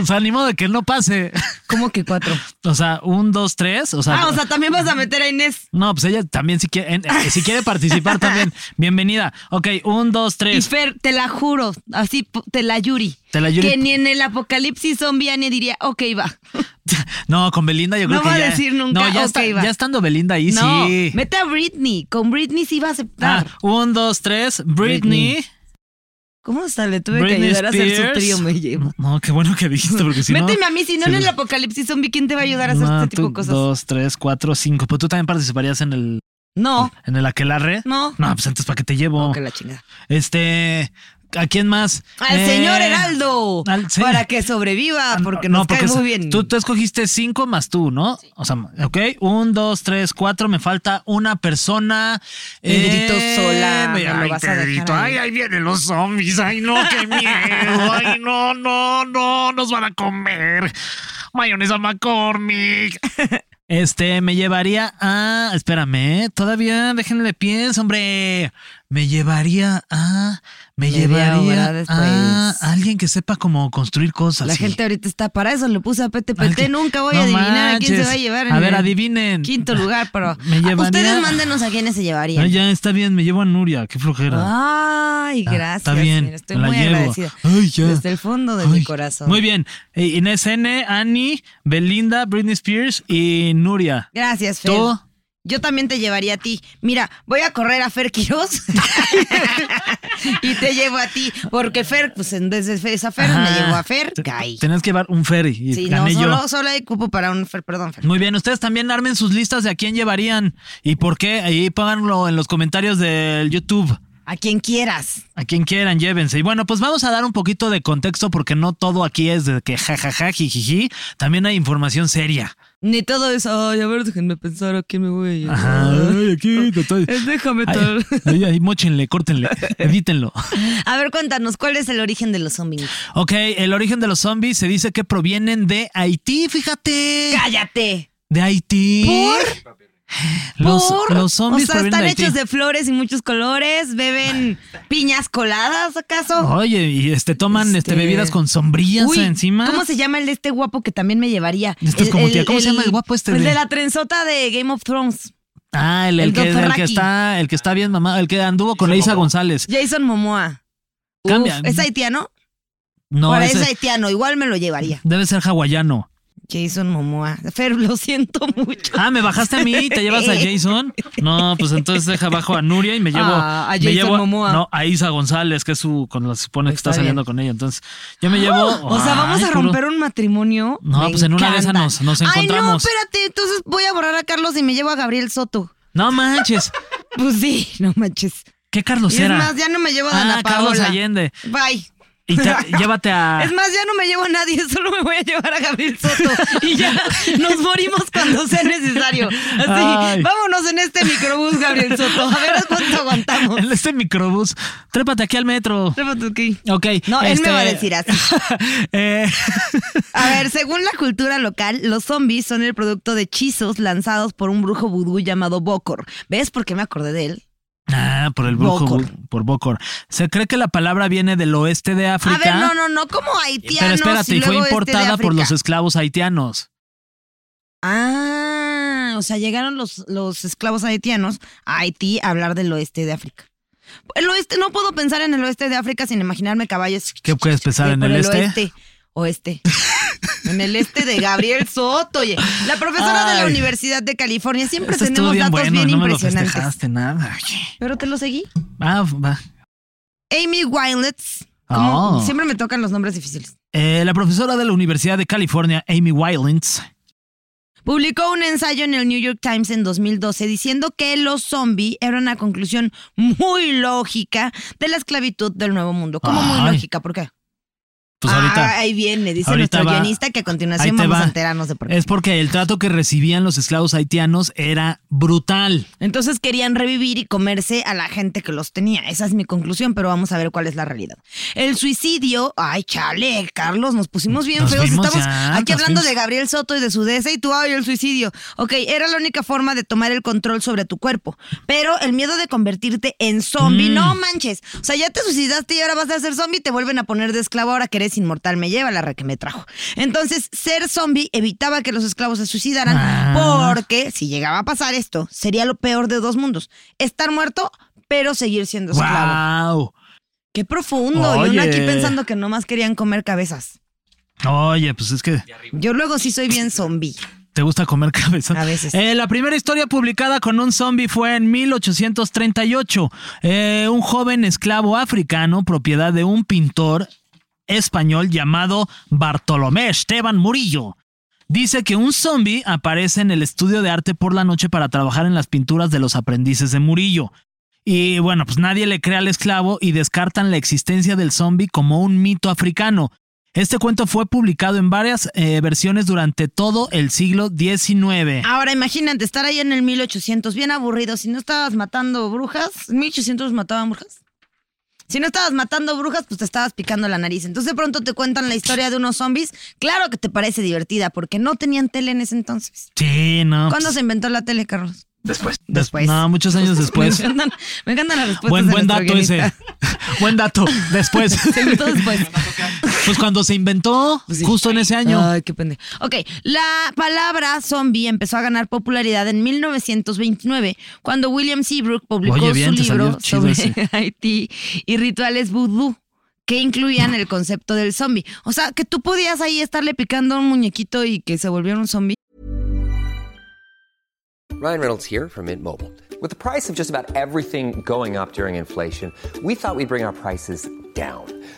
[SPEAKER 2] O sea, ni modo de que no pase.
[SPEAKER 3] ¿Cómo que cuatro?
[SPEAKER 2] O sea, un, dos, tres. O sea,
[SPEAKER 3] Ah, o sea, también vas a meter a Inés.
[SPEAKER 2] no, pues ella también, si quiere, en- eh, si quiere participar también, bienvenida. Ok, un, dos,
[SPEAKER 3] Y
[SPEAKER 2] tres.
[SPEAKER 3] Fer, te la juro, así po- te la Yuri.
[SPEAKER 2] Te la Yuri.
[SPEAKER 3] Que ni en el apocalipsis zombie Ani diría, ok, va.
[SPEAKER 2] No, con Belinda yo creo
[SPEAKER 3] No
[SPEAKER 2] que
[SPEAKER 3] va a
[SPEAKER 2] ya-
[SPEAKER 3] decir nunca,
[SPEAKER 2] No, ya,
[SPEAKER 3] ok,
[SPEAKER 2] está-
[SPEAKER 3] va.
[SPEAKER 2] ya estando Belinda ahí,
[SPEAKER 3] no,
[SPEAKER 2] sí.
[SPEAKER 3] mete a Britney. Con Britney sí va a
[SPEAKER 2] Ah,
[SPEAKER 3] aceptar.
[SPEAKER 2] un, dos, tres. Britney.
[SPEAKER 3] Britney. ¿Cómo hasta le tuve que
[SPEAKER 2] Britney
[SPEAKER 3] ayudar a hacer
[SPEAKER 2] Spears.
[SPEAKER 3] su trío? Me llevo.
[SPEAKER 2] No, qué bueno que dijiste, porque si no.
[SPEAKER 3] Méteme a mí, si no
[SPEAKER 2] se
[SPEAKER 3] en el
[SPEAKER 2] me-
[SPEAKER 3] apocalipsis zombie, ¿quién te va a ayudar a hacer
[SPEAKER 2] Una,
[SPEAKER 3] este tipo
[SPEAKER 2] tú,
[SPEAKER 3] de cosas?
[SPEAKER 2] Dos, tres, cuatro, cinco. Pues tú también participarías en el,
[SPEAKER 3] No,
[SPEAKER 2] en el aquelarre.
[SPEAKER 3] no.
[SPEAKER 2] No, pues entonces, ¿para qué te llevo?
[SPEAKER 3] No, que la chingada.
[SPEAKER 2] Este. ¿A quién más?
[SPEAKER 3] Al
[SPEAKER 2] Eh,
[SPEAKER 3] señor Heraldo.
[SPEAKER 2] al se-
[SPEAKER 3] Para que sobreviva, Ah, porque
[SPEAKER 2] Ah, no,
[SPEAKER 3] nos
[SPEAKER 2] porque
[SPEAKER 3] cae muy
[SPEAKER 2] es-
[SPEAKER 3] bien.
[SPEAKER 2] Tú, tú escogiste cinco más tú, ¿no? O sea, ok. Un, dos, tres, cuatro. Me falta una persona. Eh,
[SPEAKER 3] Pedrito Sola,
[SPEAKER 2] me-
[SPEAKER 3] me lo
[SPEAKER 2] ay,
[SPEAKER 3] vas a dejar
[SPEAKER 2] Pedrito,
[SPEAKER 3] ahí.
[SPEAKER 2] Ay, ahí vienen los zombies. Ay, no, qué miedo. Ay, no, no, no. Nos van a comer. Mayonesa McCormick. Este, me llevaría a. Espérame, ¿eh? todavía déjenle pienso, hombre. Me llevaría a. Me
[SPEAKER 3] Media hora
[SPEAKER 2] llevaría
[SPEAKER 3] después.
[SPEAKER 2] a alguien que sepa cómo construir cosas.
[SPEAKER 3] La
[SPEAKER 2] sí.
[SPEAKER 3] gente ahorita está para eso, le puse a
[SPEAKER 2] Al que-
[SPEAKER 3] PTPT, nunca voy a
[SPEAKER 2] No
[SPEAKER 3] adivinar a quién se
[SPEAKER 2] manches.
[SPEAKER 3] va a llevar.
[SPEAKER 2] A
[SPEAKER 3] en
[SPEAKER 2] ver,
[SPEAKER 3] el
[SPEAKER 2] adivinen.
[SPEAKER 3] Quinto lugar, pero
[SPEAKER 2] Me llevaría-
[SPEAKER 3] ustedes mándenos a quiénes se
[SPEAKER 2] Ah,
[SPEAKER 3] llevarían.
[SPEAKER 2] ya está bien, me llevo a Nuria, qué flojera.
[SPEAKER 3] Ay,
[SPEAKER 2] Ah,
[SPEAKER 3] gracias.
[SPEAKER 2] Está bien,
[SPEAKER 3] mira, estoy
[SPEAKER 2] me la
[SPEAKER 3] muy
[SPEAKER 2] llevo.
[SPEAKER 3] agradecida.
[SPEAKER 2] Ay, ya.
[SPEAKER 3] Desde el fondo de mi
[SPEAKER 2] Ay,
[SPEAKER 3] corazón.
[SPEAKER 2] Muy bien. Eh, Inés N, Annie, Belinda, Britney Spears y Nuria.
[SPEAKER 3] Gracias, Fer.
[SPEAKER 2] ¿Tú?
[SPEAKER 3] Yo también te llevaría a ti. Mira, voy a correr a Fer Quiroz y te llevo a ti. Porque Fer, pues en vez de esa Fer, me
[SPEAKER 2] Ajá.
[SPEAKER 3] llevó a Fer,
[SPEAKER 2] Te-
[SPEAKER 3] caí.
[SPEAKER 2] Tenías que llevar un ferry y
[SPEAKER 3] Sí, no,
[SPEAKER 2] gané yo.
[SPEAKER 3] solo, solo hay cupo para un Fer, perdón, Fer.
[SPEAKER 2] Muy bien, ustedes también armen sus listas de a quién llevarían y por qué. Ahí pónganlo en los comentarios del YouTube.
[SPEAKER 3] A quien quieras.
[SPEAKER 2] A quien quieran, llévense. Y bueno, pues vamos a dar un poquito de contexto porque no todo aquí es de que jajaja, jijiji. También hay información seria.
[SPEAKER 3] Ni todo eso. Ay, a ver, déjenme pensar a quién me voy a llevar.
[SPEAKER 2] Ay, aquí, te estoy-
[SPEAKER 3] Es, Déjame
[SPEAKER 2] Ay,
[SPEAKER 3] tal.
[SPEAKER 2] ay, ay, mochenle, córtenle, edítenlo.
[SPEAKER 3] A ver, cuéntanos, ¿cuál es el origen de los zombies?
[SPEAKER 2] Ok, el origen de los zombies se dice que provienen de Haití, fíjate.
[SPEAKER 3] ¡Cállate!
[SPEAKER 2] De Haití.
[SPEAKER 3] ¿Por?
[SPEAKER 2] Los,
[SPEAKER 3] Por-
[SPEAKER 2] los zombies
[SPEAKER 3] O sea,
[SPEAKER 2] provienen
[SPEAKER 3] están
[SPEAKER 2] de Haití.
[SPEAKER 3] hechos de flores y muchos colores, beben piñas coladas, ¿acaso?
[SPEAKER 2] Oye, y este toman este,
[SPEAKER 3] Este-
[SPEAKER 2] bebidas con sombrillas
[SPEAKER 3] Uy,
[SPEAKER 2] encima.
[SPEAKER 3] ¿Cómo se llama el de este guapo que también me llevaría?
[SPEAKER 2] Esto es
[SPEAKER 3] El-
[SPEAKER 2] como tía, ¿cómo se llama el guapo este
[SPEAKER 3] El
[SPEAKER 2] de-
[SPEAKER 3] de la trenzota de Game of Thrones.
[SPEAKER 2] Ah, el, el
[SPEAKER 3] El
[SPEAKER 2] que, el
[SPEAKER 3] Dothraki.
[SPEAKER 2] que está, el que está bien mamado, el que anduvo con Leisa González.
[SPEAKER 3] Jason Momoa. Uf,
[SPEAKER 2] Cambia.
[SPEAKER 3] ¿Es haitiano?
[SPEAKER 2] No,
[SPEAKER 3] Ahora
[SPEAKER 2] ese
[SPEAKER 3] es haitiano, igual me lo llevaría.
[SPEAKER 2] debe ser hawaiano.
[SPEAKER 3] Jason Momoa. Fer, lo siento mucho.
[SPEAKER 2] Ah, me bajaste a mí y te llevas a Jason. No, pues entonces deja abajo a Nuria y me llevo
[SPEAKER 3] Ah, a
[SPEAKER 2] me
[SPEAKER 3] Jason
[SPEAKER 2] llevo
[SPEAKER 3] Momoa.
[SPEAKER 2] No, a Isa González, que es su con la supone que
[SPEAKER 3] Está
[SPEAKER 2] está saliendo con ella. Entonces, yo me llevo
[SPEAKER 3] O sea, vamos
[SPEAKER 2] Ay,
[SPEAKER 3] a
[SPEAKER 2] juro.
[SPEAKER 3] romper un matrimonio.
[SPEAKER 2] No,
[SPEAKER 3] Me
[SPEAKER 2] pues en una de esas
[SPEAKER 3] encanta.
[SPEAKER 2] nos- nos
[SPEAKER 3] Ay, no,
[SPEAKER 2] encontramos.
[SPEAKER 3] espérate, entonces voy a borrar a Carlos y me llevo a Gabriel Soto.
[SPEAKER 2] No manches.
[SPEAKER 3] Pues sí, no manches.
[SPEAKER 2] ¿Qué Carlos
[SPEAKER 3] Y es
[SPEAKER 2] era?
[SPEAKER 3] más, ya no me llevo a
[SPEAKER 2] ah,
[SPEAKER 3] Dana Paola.
[SPEAKER 2] Carlos Allende. Ah.
[SPEAKER 3] Bye.
[SPEAKER 2] Y te- llévate a
[SPEAKER 3] Es más, ya no me llevo a nadie, solo me voy a llevar a Gabriel Soto. Y ya nos morimos cuando sea necesario. Así,
[SPEAKER 2] Ay.
[SPEAKER 3] vámonos en este microbús, Gabriel Soto. A ver cuánto aguantamos.
[SPEAKER 2] en este microbús. Trépate aquí al metro.
[SPEAKER 3] Trépate aquí.
[SPEAKER 2] Ok. este,
[SPEAKER 3] No, él me va a decir así.
[SPEAKER 2] eh,
[SPEAKER 3] A ver, según la cultura local, los zombies son el producto de hechizos lanzados por un brujo vudú llamado Bokor. ¿Ves por qué me acordé de él?
[SPEAKER 2] ah, por el brujo,
[SPEAKER 3] Bokor.
[SPEAKER 2] por Bokor. Se cree que la palabra viene del oeste de
[SPEAKER 3] A
[SPEAKER 2] África.
[SPEAKER 3] ver, no, no, no, como haitianos.
[SPEAKER 2] pero espérate,
[SPEAKER 3] y
[SPEAKER 2] y fue
[SPEAKER 3] luego este de
[SPEAKER 2] importada por los
[SPEAKER 3] África?
[SPEAKER 2] esclavos haitianos.
[SPEAKER 3] Ah, o sea, llegaron los, los esclavos haitianos a Haití a hablar del oeste de África. El oeste, no puedo pensar en el oeste de África sin imaginarme caballos.
[SPEAKER 2] ¿Qué puedes pensar
[SPEAKER 3] Sí,
[SPEAKER 2] en
[SPEAKER 3] por
[SPEAKER 2] el, este?
[SPEAKER 3] oeste? Oeste. en el este de Gabriel Soto. Oye, la profesora de la
[SPEAKER 2] Ay.
[SPEAKER 3] Universidad de California siempre
[SPEAKER 2] Eso estuvo
[SPEAKER 3] Pues tenemos
[SPEAKER 2] bien
[SPEAKER 3] datos
[SPEAKER 2] bueno,
[SPEAKER 3] bien
[SPEAKER 2] no me lo
[SPEAKER 3] impresionantes.
[SPEAKER 2] festejaste nada. Oye.
[SPEAKER 3] Pero te lo seguí.
[SPEAKER 2] Ah, va.
[SPEAKER 3] Amy Wilets. Como-
[SPEAKER 2] Oh.
[SPEAKER 3] Siempre me tocan los nombres difíciles.
[SPEAKER 2] Eh, la profesora de la Universidad de California, Amy Wylens.
[SPEAKER 3] Publicó un ensayo en el New York Times en 2012 diciendo que los zombies era una conclusión muy lógica de la esclavitud del Nuevo Mundo. ¿Cómo muy
[SPEAKER 2] Ay.
[SPEAKER 3] lógica? ¿Por qué?
[SPEAKER 2] Pues
[SPEAKER 3] Ah,
[SPEAKER 2] ahorita.
[SPEAKER 3] ahí viene, dice
[SPEAKER 2] ahorita
[SPEAKER 3] nuestro
[SPEAKER 2] va-
[SPEAKER 3] guionista que a
[SPEAKER 2] ahí
[SPEAKER 3] continuación
[SPEAKER 2] te
[SPEAKER 3] vamos
[SPEAKER 2] va.
[SPEAKER 3] a enterarnos de por qué.
[SPEAKER 2] Es porque el trato que recibían los esclavos haitianos era brutal.
[SPEAKER 3] Entonces querían revivir y comerse a la gente que los tenía. Esa es mi conclusión, pero vamos a ver cuál es la realidad. El suicidio, ay, chale, Carlos, nos pusimos bien
[SPEAKER 2] Nos
[SPEAKER 3] feos.
[SPEAKER 2] fuimos
[SPEAKER 3] Estamos
[SPEAKER 2] ya,
[SPEAKER 3] aquí
[SPEAKER 2] nos
[SPEAKER 3] hablando
[SPEAKER 2] fuimos.
[SPEAKER 3] de Gabriel Soto y de su DC y tú, ay, el suicidio. Ok, era la única forma de tomar el control sobre tu cuerpo. Pero el miedo de convertirte en zombie,
[SPEAKER 2] Mm.
[SPEAKER 3] no manches. O sea, ya te suicidaste y ahora vas a ser zombie, te vuelven a poner de esclavo ahora que eres inmortal. Me lleva la re que me trajo. Entonces, ser zombie evitaba que los esclavos se suicidaran
[SPEAKER 2] Ah.
[SPEAKER 3] porque si llegaba a pasar esto, sería lo peor de dos mundos. Estar muerto, pero seguir siendo esclavo.
[SPEAKER 2] Wow.
[SPEAKER 3] Qué profundo. Y
[SPEAKER 2] Oye.
[SPEAKER 3] uno aquí pensando que nomás querían comer cabezas.
[SPEAKER 2] Oye, pues es que
[SPEAKER 3] Yo luego sí soy bien zombie.
[SPEAKER 2] te gusta comer cabeza.
[SPEAKER 3] A veces.
[SPEAKER 2] Eh, la primera historia publicada con un zombie fue en 1838. Eh, un joven esclavo africano, propiedad de un pintor español llamado Bartolomé Esteban Murillo. Dice que un zombie aparece en el estudio de arte por la noche para trabajar en las pinturas de los aprendices de Murillo. Y bueno, pues nadie le cree al esclavo y descartan la existencia del zombie como un mito africano. Este cuento fue publicado en varias eh, versiones durante todo el siglo XIX.
[SPEAKER 3] Ahora imagínate estar ahí en el 1800, bien aburrido. Si no estabas matando brujas, 1800 mataban brujas. Si no estabas matando brujas, pues te estabas picando la nariz. Entonces de pronto te cuentan la historia de unos zombies. Claro que te parece divertida, porque no tenían tele en ese entonces.
[SPEAKER 2] Sí, no.
[SPEAKER 3] ¿Cuándo
[SPEAKER 2] pues,
[SPEAKER 3] se inventó la tele, Carlos?
[SPEAKER 4] Después.
[SPEAKER 2] des-
[SPEAKER 3] después?
[SPEAKER 2] No, muchos años después.
[SPEAKER 3] Me encantan, me encantan las respuestas.
[SPEAKER 2] Pues, buen
[SPEAKER 3] de
[SPEAKER 2] buen dato
[SPEAKER 3] nuestro
[SPEAKER 2] ese.
[SPEAKER 3] guionista.
[SPEAKER 2] buen dato. Después.
[SPEAKER 3] Se inventó después.
[SPEAKER 2] pues cuando se inventó,
[SPEAKER 3] Pues sí.
[SPEAKER 2] justo en ese año.
[SPEAKER 3] Ay, qué pendejo. Ok, la palabra zombie empezó a ganar popularidad en 1929 cuando William Seabrook publicó
[SPEAKER 2] Oye, bien,
[SPEAKER 3] su
[SPEAKER 2] te salió
[SPEAKER 3] libro
[SPEAKER 2] chido
[SPEAKER 3] sobre
[SPEAKER 2] ese.
[SPEAKER 3] Haití y rituales vudú que incluían el concepto del zombie. O sea, que tú podías ahí estarle picando a un muñequito y que se volviera un zombie.
[SPEAKER 5] Ryan Reynolds here from Mint Mobile. With the price of just about everything going up during inflation, we thought we'd bring our prices down.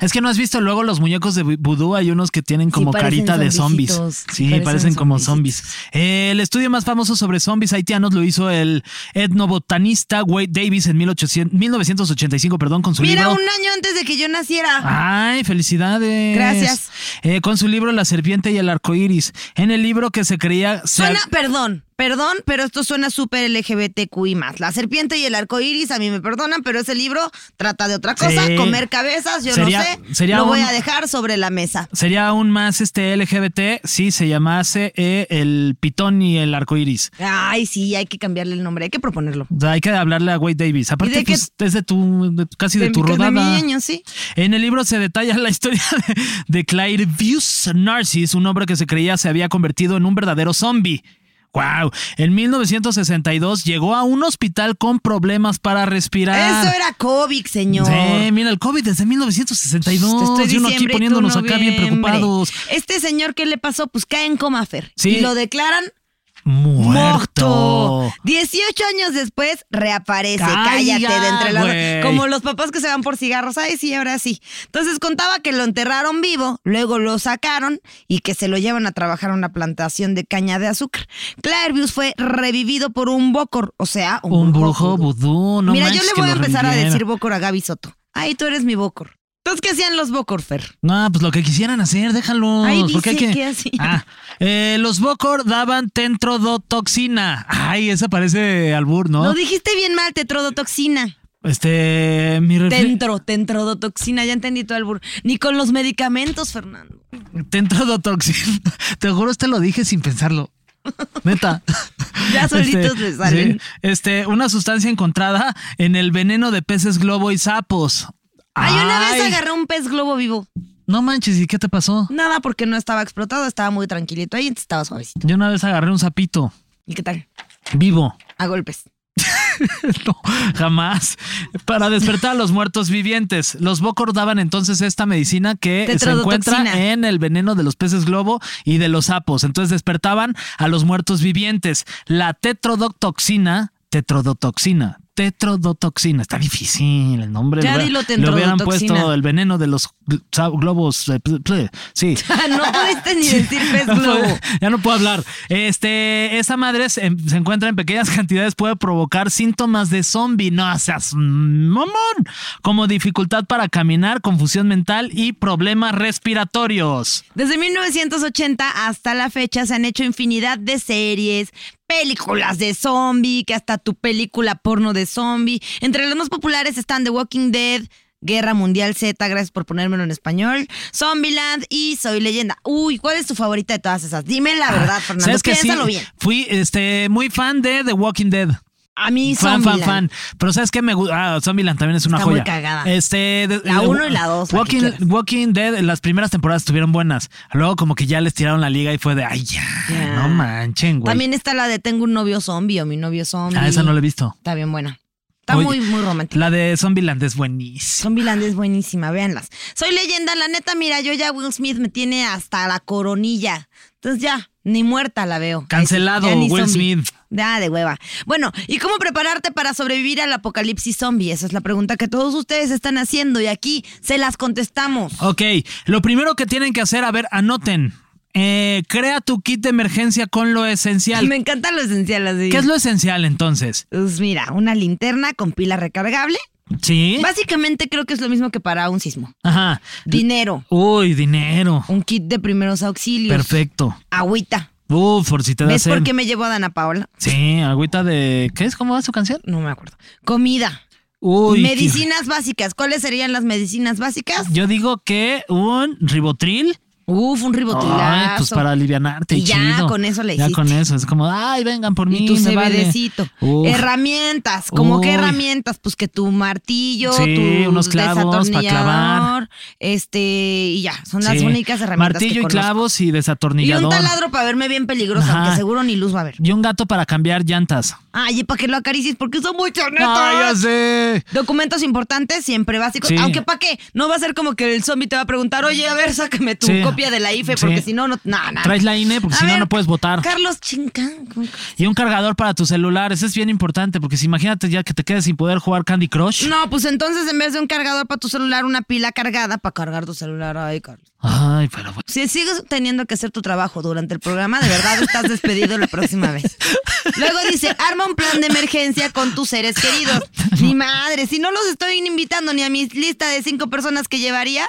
[SPEAKER 2] Es que no has visto luego los muñecos de vudú, hay unos que tienen como
[SPEAKER 3] parecen
[SPEAKER 2] carita de zombies.
[SPEAKER 3] zombiecitos.
[SPEAKER 2] Sí, parecen,
[SPEAKER 3] Parecen
[SPEAKER 2] como zombies. El estudio más famoso sobre zombies haitianos lo hizo el etnobotanista Wade Davis en 1800 1985, perdón, con su
[SPEAKER 3] Mira,
[SPEAKER 2] libro.
[SPEAKER 3] un año antes de que yo naciera.
[SPEAKER 2] Ay, felicidades.
[SPEAKER 3] Gracias.
[SPEAKER 2] Eh, con su libro La serpiente y el arco iris. En el libro que se creía. se-
[SPEAKER 3] Suena, perdón, perdón, pero esto suena súper LGBTQI más. La serpiente y el arco iris, a mí me perdonan, pero ese libro trata de otra cosa,
[SPEAKER 2] Sí.
[SPEAKER 3] comer cabezas, yo
[SPEAKER 2] Sería-
[SPEAKER 3] no sé.
[SPEAKER 2] sería
[SPEAKER 3] lo
[SPEAKER 2] un-
[SPEAKER 3] voy a dejar sobre la mesa.
[SPEAKER 2] Sería aún más este LGBT si se llamase eh, el pitón y el arco iris.
[SPEAKER 3] Ay, sí, hay que cambiarle el nombre, hay que proponerlo.
[SPEAKER 2] O sea, hay que hablarle a Wade Davis. Aparte,
[SPEAKER 3] de qué-
[SPEAKER 2] pues, es de tu, de- casi de,
[SPEAKER 3] De
[SPEAKER 2] tu
[SPEAKER 3] mi- de
[SPEAKER 2] rodada.
[SPEAKER 3] mi año, sí.
[SPEAKER 2] En el libro se detalla la historia de, de Clairvius Narcis, un hombre que se creía se había convertido en un verdadero zombie. ¡Wow! En 1962 llegó a un hospital con problemas para respirar.
[SPEAKER 3] Eso era COVID, señor.
[SPEAKER 2] Ah. Sí, mira, el COVID desde 1962.
[SPEAKER 3] Te estoy
[SPEAKER 2] y uno aquí
[SPEAKER 3] diciembre y tú
[SPEAKER 2] poniéndonos acá bien
[SPEAKER 3] noviembre.
[SPEAKER 2] preocupados.
[SPEAKER 3] Este señor, ¿qué le pasó? Pues cae en coma, Fer.
[SPEAKER 2] Sí.
[SPEAKER 3] Y lo declaran
[SPEAKER 2] Muerto.
[SPEAKER 3] muerto. 18 años después reaparece.
[SPEAKER 2] Caiga,
[SPEAKER 3] Cállate de entre las.
[SPEAKER 2] güey.
[SPEAKER 3] Como los papás que se van por cigarros. Ay, sí, ahora sí. Entonces contaba que lo enterraron vivo, luego lo sacaron y que se lo llevan a trabajar a una plantación de caña de azúcar. Clairvius fue revivido por un bocor, o sea, un,
[SPEAKER 2] Un brujo
[SPEAKER 3] brujo
[SPEAKER 2] vudú. No
[SPEAKER 3] Mira,
[SPEAKER 2] manches,
[SPEAKER 3] yo le
[SPEAKER 2] que
[SPEAKER 3] voy a
[SPEAKER 2] lo
[SPEAKER 3] empezar a
[SPEAKER 2] revivieron.
[SPEAKER 3] decir bocor a Gaby Soto. Ay, tú eres mi bocor. Entonces, ¿qué hacían los bocor, Fer?
[SPEAKER 2] No, pues lo que quisieran hacer, déjalo.
[SPEAKER 3] Ahí
[SPEAKER 2] porque hay
[SPEAKER 3] dice
[SPEAKER 2] que...
[SPEAKER 3] que así.
[SPEAKER 2] Ah, eh, los Bocor daban tentrodotoxina. Ay, esa parece albur, ¿no?
[SPEAKER 3] Lo dijiste bien mal, tetrodotoxina.
[SPEAKER 2] este, mi refri-
[SPEAKER 3] Tentro, tentrodotoxina, ya entendí todo el burro. Ni con los medicamentos, Fernando.
[SPEAKER 2] tentrodotoxina. Te juro, te lo dije sin pensarlo. Neta.
[SPEAKER 3] Ya solitos le salen.
[SPEAKER 2] sí. este, una sustancia encontrada en el veneno de peces globo y sapos.
[SPEAKER 3] Ay, una vez
[SPEAKER 2] Ay,
[SPEAKER 3] agarré un pez globo vivo.
[SPEAKER 2] No manches, ¿y qué te pasó?
[SPEAKER 3] Nada porque no estaba explotado, estaba muy tranquilito ahí, entonces estaba suavecito.
[SPEAKER 2] Yo una vez agarré un sapito
[SPEAKER 3] ¿Y qué tal?
[SPEAKER 2] vivo.
[SPEAKER 3] A golpes.
[SPEAKER 2] No, jamás. Para despertar a los muertos vivientes. Los Bocor daban entonces esta medicina que se encuentra
[SPEAKER 3] Tetrodotoxina.
[SPEAKER 2] en el veneno de los peces globo y de los sapos. Entonces despertaban a los muertos vivientes. La tetrodotoxina, tetrodotoxina, tetrodotoxina. Está difícil el nombre.
[SPEAKER 3] Ya
[SPEAKER 2] Le-
[SPEAKER 3] dilo,
[SPEAKER 2] Le hubieran
[SPEAKER 3] tetrodotoxina.
[SPEAKER 2] puesto el veneno de los gl- sa- globos. eh, pl- pl- Sí.
[SPEAKER 3] no pudiste ni decir "Pues, pez
[SPEAKER 2] No puedo,
[SPEAKER 3] globo.
[SPEAKER 2] ya no puedo hablar. Este, esa madre se, se encuentra en pequeñas cantidades, puede provocar síntomas de zombie. No seas mamón. Como dificultad para caminar, confusión mental y problemas respiratorios.
[SPEAKER 3] Desde 1980 hasta la fecha se han hecho infinidad de series, películas de zombie, que hasta tu película porno de zombie. Entre los más populares están The Walking Dead, Guerra Mundial Z, gracias por ponérmelo en español, Zombieland y Soy Leyenda. Uy, ¿cuál es tu favorita de todas esas? Dime la verdad, Fernando,
[SPEAKER 2] Ah, ¿Sabes que sí?
[SPEAKER 3] piénsalo bien.
[SPEAKER 2] Fui este, muy fan de The Walking Dead.
[SPEAKER 3] A mí
[SPEAKER 2] Fan, fan, fan.
[SPEAKER 3] Zombieland.
[SPEAKER 2] Pero ¿sabes qué me gusta? Ah, Zombieland también es una
[SPEAKER 3] Está muy
[SPEAKER 2] joya.
[SPEAKER 3] cagada.
[SPEAKER 2] Este, de-
[SPEAKER 3] La
[SPEAKER 2] eh,
[SPEAKER 3] uno y la dos, la que
[SPEAKER 2] Walking,
[SPEAKER 3] quieras.
[SPEAKER 2] Walking Dead, las primeras temporadas estuvieron buenas. Luego como que ya les tiraron la liga y fue de, ay, ya,
[SPEAKER 3] Ya.
[SPEAKER 2] no manchen, güey.
[SPEAKER 3] También está la de Tengo un novio zombie o mi novio zombie.
[SPEAKER 2] Ah, esa no la he visto.
[SPEAKER 3] Está bien buena. Está
[SPEAKER 2] Oye,
[SPEAKER 3] muy, muy romántica.
[SPEAKER 2] La de Zombieland es buenísima.
[SPEAKER 3] Zombieland es buenísima, véanlas. Soy leyenda, la neta, mira, yo ya Will Smith me tiene hasta la coronilla. Entonces ya, ni muerta la veo.
[SPEAKER 2] Cancelado,
[SPEAKER 3] Ya ni
[SPEAKER 2] Will
[SPEAKER 3] zombie.
[SPEAKER 2] Smith.
[SPEAKER 3] Da de hueva. Bueno, ¿y cómo prepararte para sobrevivir al apocalipsis zombie? Esa es la pregunta que todos ustedes están haciendo y aquí se las contestamos.
[SPEAKER 2] Ok, lo primero que tienen que hacer, a ver, anoten. Eh, crea tu kit de emergencia con lo esencial.
[SPEAKER 3] Me encanta lo esencial así.
[SPEAKER 2] ¿Qué es lo esencial entonces?
[SPEAKER 3] Pues mira, una linterna con pila recargable.
[SPEAKER 2] Sí.
[SPEAKER 3] Básicamente creo que es lo mismo que para un sismo.
[SPEAKER 2] Ajá.
[SPEAKER 3] Dinero,
[SPEAKER 2] Uy, dinero.
[SPEAKER 3] un kit de primeros auxilios.
[SPEAKER 2] Perfecto.
[SPEAKER 3] Agüita.
[SPEAKER 2] Uf, por si te da
[SPEAKER 3] ¿Ves
[SPEAKER 2] sed.
[SPEAKER 3] por qué me llevo a Dana Paola?
[SPEAKER 2] Sí, agüita de. ¿Qué es? ¿Cómo va su canción?
[SPEAKER 3] No me acuerdo. Comida.
[SPEAKER 2] Uy. qué-
[SPEAKER 3] medicinas básicas. ¿Cuáles serían las medicinas básicas?
[SPEAKER 2] Yo digo que un ribotril
[SPEAKER 3] Uf, un ribotilazo.
[SPEAKER 2] Ay, pues para alivianarte.
[SPEAKER 3] Y ya,
[SPEAKER 2] chido.
[SPEAKER 3] con eso le
[SPEAKER 2] Ya
[SPEAKER 3] hiciste.
[SPEAKER 2] con eso. Es como, ay, vengan por mí.
[SPEAKER 3] Y tu
[SPEAKER 2] me vale.
[SPEAKER 3] CBDcito.
[SPEAKER 2] Uf.
[SPEAKER 3] Herramientas. ¿Cómo qué
[SPEAKER 2] Uy.
[SPEAKER 3] herramientas? Pues que tu martillo,
[SPEAKER 2] Sí,
[SPEAKER 3] tu
[SPEAKER 2] unos clavos pa'
[SPEAKER 3] desatornillador, este, y ya. Son las
[SPEAKER 2] Sí.
[SPEAKER 3] únicas herramientas
[SPEAKER 2] Martillo
[SPEAKER 3] que
[SPEAKER 2] y
[SPEAKER 3] conozco.
[SPEAKER 2] clavos y
[SPEAKER 3] Y
[SPEAKER 2] desatornillador.
[SPEAKER 3] un taladro para verme bien peligrosa,
[SPEAKER 2] Ajá.
[SPEAKER 3] aunque seguro ni luz va a haber.
[SPEAKER 2] Y un gato para cambiar llantas.
[SPEAKER 3] Ay, y para que lo acaricies, porque son muy chonetas.
[SPEAKER 2] ¡Ay, ya sé!
[SPEAKER 3] Documentos importantes, siempre básicos.
[SPEAKER 2] Sí.
[SPEAKER 3] Aunque para qué, no va a ser como que el zombie te va a preguntar, oye, a ver, sácame tu
[SPEAKER 2] Sí.
[SPEAKER 3] copia de la IFE,
[SPEAKER 2] Sí.
[SPEAKER 3] porque si no, no. No, no.
[SPEAKER 2] Traes la INE, porque
[SPEAKER 3] A
[SPEAKER 2] si no,
[SPEAKER 3] ver,
[SPEAKER 2] no puedes votar.
[SPEAKER 3] Carlos Chinca. ¿cómo que?
[SPEAKER 2] Y un cargador para tu celular. Eso es bien importante, porque si imagínate ya que te quedes sin poder jugar Candy Crush.
[SPEAKER 3] No, pues entonces en vez de un cargador para tu celular, una pila cargada para cargar tu celular. Ay, Carlos.
[SPEAKER 2] Ay, pero bueno.
[SPEAKER 3] Si sigues teniendo que hacer tu trabajo durante el programa, de verdad estás despedido la próxima vez. Luego dice, arma un plan de emergencia con tus seres queridos. Mi madre, si no los estoy invitando ni a mi lista de cinco personas que llevaría,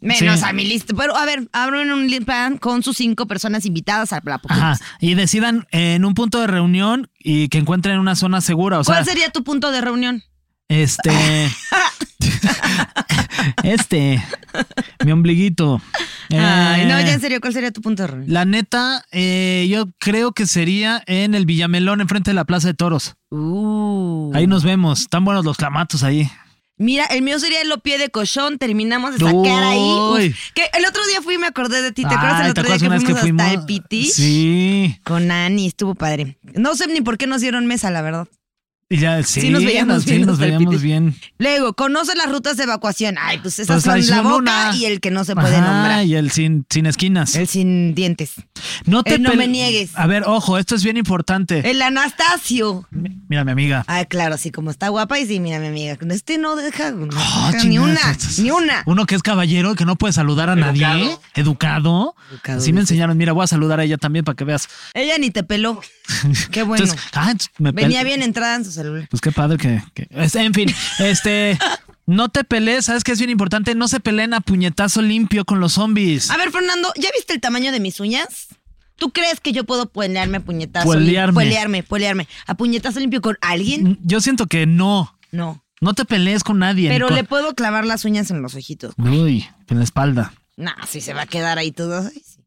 [SPEAKER 3] menos
[SPEAKER 2] Sí.
[SPEAKER 3] a mi lista. Pero a ver, abren un li- plan con sus cinco personas invitadas al plato.
[SPEAKER 2] Ajá. Y decidan en un punto de reunión y que encuentren una zona segura. O sea,
[SPEAKER 3] ¿Cuál sería tu punto de reunión?
[SPEAKER 2] Este. este. Mi ombliguito.
[SPEAKER 3] Ay, no,
[SPEAKER 2] Eh,
[SPEAKER 3] ya en serio, ¿cuál sería tu punto de reunión?
[SPEAKER 2] La neta, eh, yo creo que sería en el Villamelón, enfrente de la Plaza de Toros.
[SPEAKER 3] Uh.
[SPEAKER 2] Ahí nos vemos. Están buenos los clamatos ahí.
[SPEAKER 3] Mira, el mío sería el lo pie de cochón. Terminamos de sacar ahí.
[SPEAKER 2] Uy.
[SPEAKER 3] Uf, que el otro día fui y me acordé de ti. ¿Te acuerdas
[SPEAKER 2] Ay,
[SPEAKER 3] el otro
[SPEAKER 2] ¿te acuerdas
[SPEAKER 3] día
[SPEAKER 2] una
[SPEAKER 3] que
[SPEAKER 2] vez
[SPEAKER 3] fuimos, hasta el Piti?
[SPEAKER 2] Sí.
[SPEAKER 3] Con Ani, estuvo padre. No sé ni por qué nos dieron mesa, la verdad.
[SPEAKER 2] Y ya, sí,
[SPEAKER 3] Sí nos veíamos bien
[SPEAKER 2] sí, nos
[SPEAKER 3] hasta el
[SPEAKER 2] veíamos
[SPEAKER 3] Piti.
[SPEAKER 2] bien.
[SPEAKER 3] Luego, conoce las rutas de evacuación. Ay, pues esas
[SPEAKER 2] Pues ahí
[SPEAKER 3] son la
[SPEAKER 2] son
[SPEAKER 3] boca
[SPEAKER 2] una.
[SPEAKER 3] y el que no se puede
[SPEAKER 2] Ajá,
[SPEAKER 3] nombrar.
[SPEAKER 2] Y el sin, sin esquinas.
[SPEAKER 3] El sin dientes.
[SPEAKER 2] no te
[SPEAKER 3] el no
[SPEAKER 2] pel-
[SPEAKER 3] me niegues. Eh,
[SPEAKER 2] A ver, ojo, esto es bien importante.
[SPEAKER 3] El Anastasio.
[SPEAKER 2] Mira, mi amiga.
[SPEAKER 3] Ay, claro, sí, como está guapa y sí, mira, mi amiga. Este no deja, no
[SPEAKER 2] Ah,
[SPEAKER 3] deja ni
[SPEAKER 2] chingados,
[SPEAKER 3] una,
[SPEAKER 2] estos-
[SPEAKER 3] ni una.
[SPEAKER 2] Uno que es caballero y que no puede saludar a nadie. Educado.
[SPEAKER 3] Educado,
[SPEAKER 2] Así me
[SPEAKER 3] dice.
[SPEAKER 2] enseñaron. Mira, voy a saludar a ella también para que veas.
[SPEAKER 3] Ella ni te peló. Qué bueno.
[SPEAKER 2] Entonces, ah, entonces me pel-
[SPEAKER 3] Venía bien entrada en su celular.
[SPEAKER 2] Pues qué padre que. que- es- en fin, este. No te pelees, ¿sabes qué es bien importante? No se peleen a puñetazo limpio con los zombies.
[SPEAKER 3] A ver, Fernando, ¿ya viste el tamaño de mis uñas? ¿Tú crees que yo puedo puelearme a puñetazo?
[SPEAKER 2] Puelearme.
[SPEAKER 3] limpio? Puelearme, puelearme. ¿A puñetazo limpio con alguien?
[SPEAKER 2] Yo siento que no.
[SPEAKER 3] No.
[SPEAKER 2] No te pelees con nadie.
[SPEAKER 3] Pero
[SPEAKER 2] ni
[SPEAKER 3] le puedo clavar las uñas en los ojitos.
[SPEAKER 2] con- Uy, en la espalda.
[SPEAKER 3] No, si se va a quedar ahí todo. Ay, sí.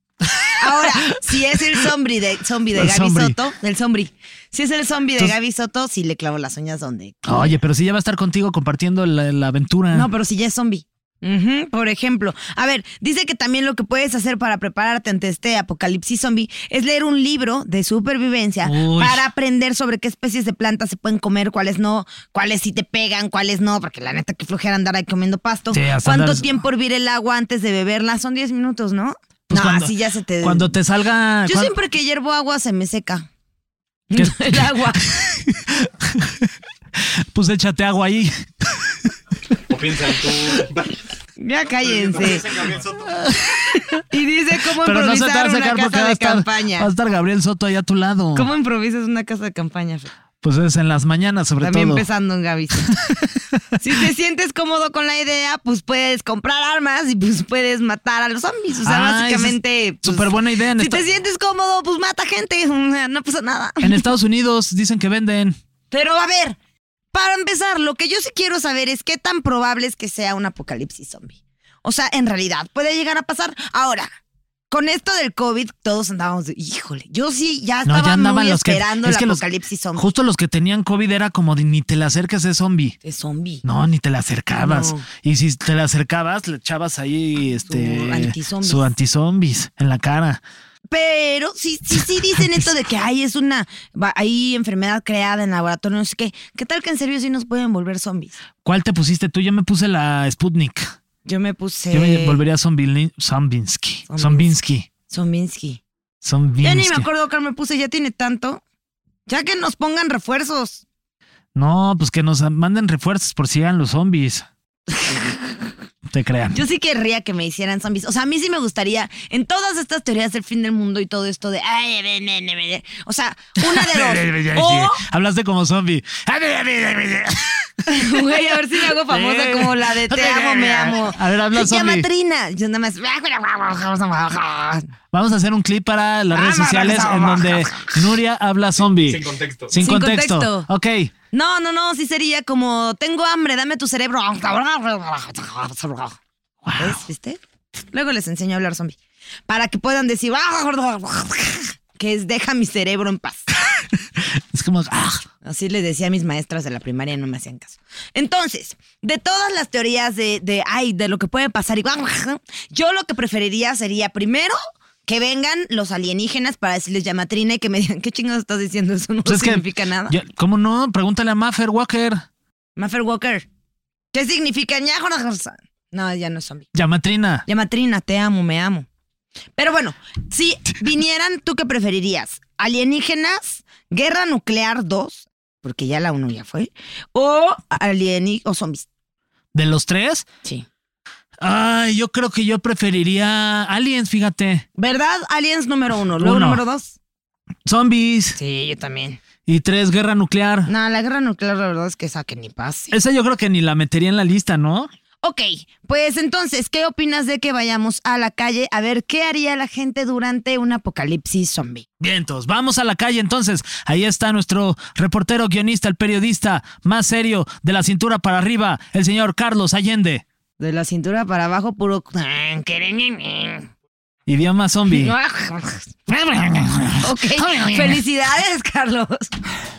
[SPEAKER 3] Ahora, si es el zombie de, zombie de
[SPEAKER 2] El
[SPEAKER 3] Gaby
[SPEAKER 2] zombie.
[SPEAKER 3] Soto, el zombie. Si es el zombie de
[SPEAKER 2] Entonces-
[SPEAKER 3] Gaby Soto, sí le clavo las uñas donde.
[SPEAKER 2] Oye, pero si ya va a estar contigo compartiendo la, la aventura.
[SPEAKER 3] No, pero si ya es zombie. Ujú, por ejemplo, a ver, dice que también lo que puedes hacer para prepararte ante este apocalipsis zombie es leer un libro de supervivencia
[SPEAKER 2] Uy.
[SPEAKER 3] para aprender sobre qué especies de plantas se pueden comer, cuáles no, cuáles sí te pegan, cuáles no, porque la neta que flojera andar ahí comiendo pasto.
[SPEAKER 2] Sí, hasta
[SPEAKER 3] ¿Cuánto
[SPEAKER 2] andar-
[SPEAKER 3] tiempo hervir el agua antes de beberla? Son 10 minutos, ¿no?
[SPEAKER 2] Pues
[SPEAKER 3] no,
[SPEAKER 2] cuando-
[SPEAKER 3] así ya se te.
[SPEAKER 2] Cuando te salga.
[SPEAKER 3] Yo
[SPEAKER 2] cuan-
[SPEAKER 3] siempre que hiervo agua se me seca.
[SPEAKER 2] ¿Qué?
[SPEAKER 3] El agua.
[SPEAKER 2] Pues échate agua ahí.
[SPEAKER 4] O piensa en tu.
[SPEAKER 3] Ya cállense. Y dice cómo
[SPEAKER 2] Pero no se te va
[SPEAKER 3] improvisar
[SPEAKER 2] a
[SPEAKER 3] una
[SPEAKER 2] secar porque
[SPEAKER 3] casa
[SPEAKER 2] va a,
[SPEAKER 3] de
[SPEAKER 2] estar,
[SPEAKER 3] campaña.
[SPEAKER 2] va a estar Gabriel Soto ahí a tu lado.
[SPEAKER 3] ¿Cómo improvisas una casa de campaña? Fer?
[SPEAKER 2] Pues es en las mañanas, sobre
[SPEAKER 3] También
[SPEAKER 2] todo.
[SPEAKER 3] empezando en Gaby. si te sientes cómodo con la idea, pues puedes comprar armas y pues puedes matar a los zombies. O sea,
[SPEAKER 2] Ah,
[SPEAKER 3] básicamente.
[SPEAKER 2] esa es
[SPEAKER 3] pues,
[SPEAKER 2] súper buena idea en
[SPEAKER 3] Si
[SPEAKER 2] esta-
[SPEAKER 3] te sientes cómodo, pues mata gente. O sea, No pasa nada.
[SPEAKER 2] En Estados Unidos dicen que venden.
[SPEAKER 3] Pero a ver, para empezar, lo que yo sí quiero saber es qué tan probable es que sea un apocalipsis zombie. O sea, en realidad, puede llegar a pasar. Ahora. Con esto del COVID, todos andábamos de, híjole, yo sí ya
[SPEAKER 2] No,
[SPEAKER 3] estaba
[SPEAKER 2] ya andaban
[SPEAKER 3] muy
[SPEAKER 2] los que.
[SPEAKER 3] esperando
[SPEAKER 2] es
[SPEAKER 3] el
[SPEAKER 2] que los-
[SPEAKER 3] apocalipsis zombie.
[SPEAKER 2] Justo los que tenían COVID era como de, ni te le acerques, es zombie.
[SPEAKER 3] de zombie.
[SPEAKER 2] No, ni te le acercabas.
[SPEAKER 3] No.
[SPEAKER 2] Y si te le acercabas, le echabas ahí este.
[SPEAKER 3] antizombis.
[SPEAKER 2] Su antizombis en la cara.
[SPEAKER 3] Pero sí, sí, sí dicen esto de que hay es una va- hay enfermedad creada en laboratorio, no sé qué. ¿Qué tal que en serio sí nos pueden volver zombies?
[SPEAKER 2] ¿Cuál te pusiste tú? Yo me puse la Sputnik.
[SPEAKER 3] Yo me puse
[SPEAKER 2] Yo me volvería a Zombili- Zombinsky.
[SPEAKER 3] Zombinsky.
[SPEAKER 2] Zombinsky.
[SPEAKER 3] Zombinski.
[SPEAKER 2] Zombinsky.
[SPEAKER 3] Ya ni me acuerdo cuál me puse, ya tiene tanto. Ya que nos pongan refuerzos.
[SPEAKER 2] No, pues que nos manden refuerzos por si llegan los zombies. Te crean.
[SPEAKER 3] Yo sí querría que me hicieran zombies. O sea, a mí sí me gustaría, en todas estas teorías del fin del mundo y todo esto de. ay, ven, ven, ven, ven. O sea, una de dos. O
[SPEAKER 2] Hablaste como zombie.
[SPEAKER 3] Güey, a ver si me hago famosa como la de te amo, me llamo.
[SPEAKER 2] A ver, habla,
[SPEAKER 3] Se llama
[SPEAKER 2] zombie.
[SPEAKER 3] Trina. Yo nada más.
[SPEAKER 2] Vamos a hacer un clip para las redes
[SPEAKER 3] Ah,
[SPEAKER 2] sociales en donde Nuria habla zombie.
[SPEAKER 4] Sin contexto.
[SPEAKER 2] Sin,
[SPEAKER 3] Sin
[SPEAKER 2] contexto.
[SPEAKER 3] contexto.
[SPEAKER 2] Ok.
[SPEAKER 3] No, no, no, sí sería como tengo hambre, dame tu cerebro. ¿Ves? ¿Viste? Luego les enseño a hablar zombie. Para que puedan decir, que es deja mi cerebro en paz.
[SPEAKER 2] Es como, ah,
[SPEAKER 3] Así les decía a mis maestras de la primaria, no me hacían caso. Entonces, de todas las teorías de, de ay, de lo que puede pasar, y guau, guau, guau, yo lo que preferiría sería primero que vengan los alienígenas para decirles llamatrina y que me digan, ¿qué chingados estás diciendo? Eso no
[SPEAKER 2] pues es que-
[SPEAKER 3] significa nada.
[SPEAKER 2] Ya, ¿Cómo no? Pregúntale a Maffer Walker.
[SPEAKER 3] Maffer Walker, ¿qué significa? Ña, jora, jora. No, ya no es zombie.
[SPEAKER 2] Llamatrina.
[SPEAKER 3] Llamatrina, te amo, me amo. Pero bueno, si vinieran, ¿tú qué preferirías? ¿Alienígenas? ¿Guerra nuclear 2? Porque ya la 1 ya fue. ¿O alieni o zombies?
[SPEAKER 2] ¿De los tres?
[SPEAKER 3] Sí.
[SPEAKER 2] Ay, yo creo que yo preferiría aliens, fíjate.
[SPEAKER 3] ¿Verdad? Aliens número uno. Luego
[SPEAKER 2] Uno.
[SPEAKER 3] número dos.
[SPEAKER 2] Zombies.
[SPEAKER 3] Sí, yo también.
[SPEAKER 2] Y tres, guerra nuclear.
[SPEAKER 3] No, la guerra nuclear la verdad es que esa que ni pase.
[SPEAKER 2] Esa yo creo que ni la metería en la lista, ¿no?
[SPEAKER 3] Ok, pues entonces, ¿qué opinas de que vayamos a la calle a ver qué haría la gente durante un apocalipsis zombie?
[SPEAKER 2] Vientos, vamos a la calle entonces. Ahí está nuestro reportero, guionista, el periodista más serio de la cintura para arriba, el señor Carlos Allende.
[SPEAKER 3] De la cintura para abajo, puro...
[SPEAKER 2] Idioma zombie.
[SPEAKER 3] Ok, felicidades, Carlos.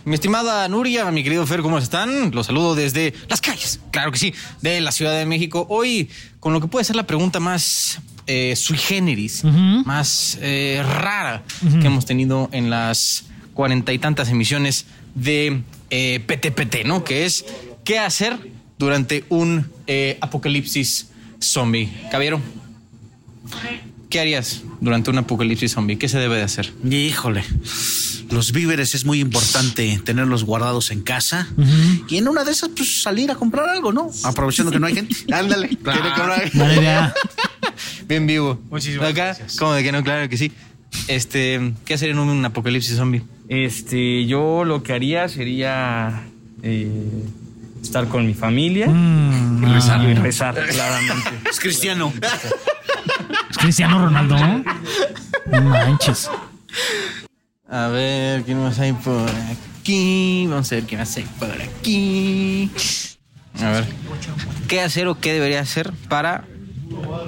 [SPEAKER 4] Mi estimada Nuria, mi querido Fer, ¿cómo están? Los saludo desde las calles, claro que sí, de la Ciudad de México. Hoy, con lo que puede ser la pregunta más eh, sui generis, más eh, rara que hemos tenido en las cuarenta y tantas emisiones de eh, PTPT, ¿no? Que es, ¿qué hacer durante un eh, apocalipsis zombie? Caballero, ¿qué harías durante un apocalipsis zombie? ¿Qué se debe de hacer?
[SPEAKER 6] Híjole. Los víveres es muy importante tenerlos guardados en casa. Y en una de esas, pues salir a comprar algo, ¿no? Aprovechando que no hay gente.
[SPEAKER 4] Ándale, tiene que hablar.
[SPEAKER 2] Buena idea.
[SPEAKER 4] Bien vivo.
[SPEAKER 7] Muchísimas
[SPEAKER 4] Acá,
[SPEAKER 7] gracias.
[SPEAKER 4] Como de que no, claro que sí. Este, ¿qué hacer en un, un apocalipsis zombie?
[SPEAKER 7] Este, yo lo que haría sería eh, estar con mi familia
[SPEAKER 2] Mm,
[SPEAKER 7] y rezar,
[SPEAKER 4] Ah.
[SPEAKER 7] y rezar, claramente.
[SPEAKER 6] Es cristiano.
[SPEAKER 2] ¿es Cristiano Ronaldo. No Manches.
[SPEAKER 4] A ver, ¿quién más hay por aquí? Vamos a ver quién más hay por aquí. A ver. ¿Qué hacer o qué debería hacer para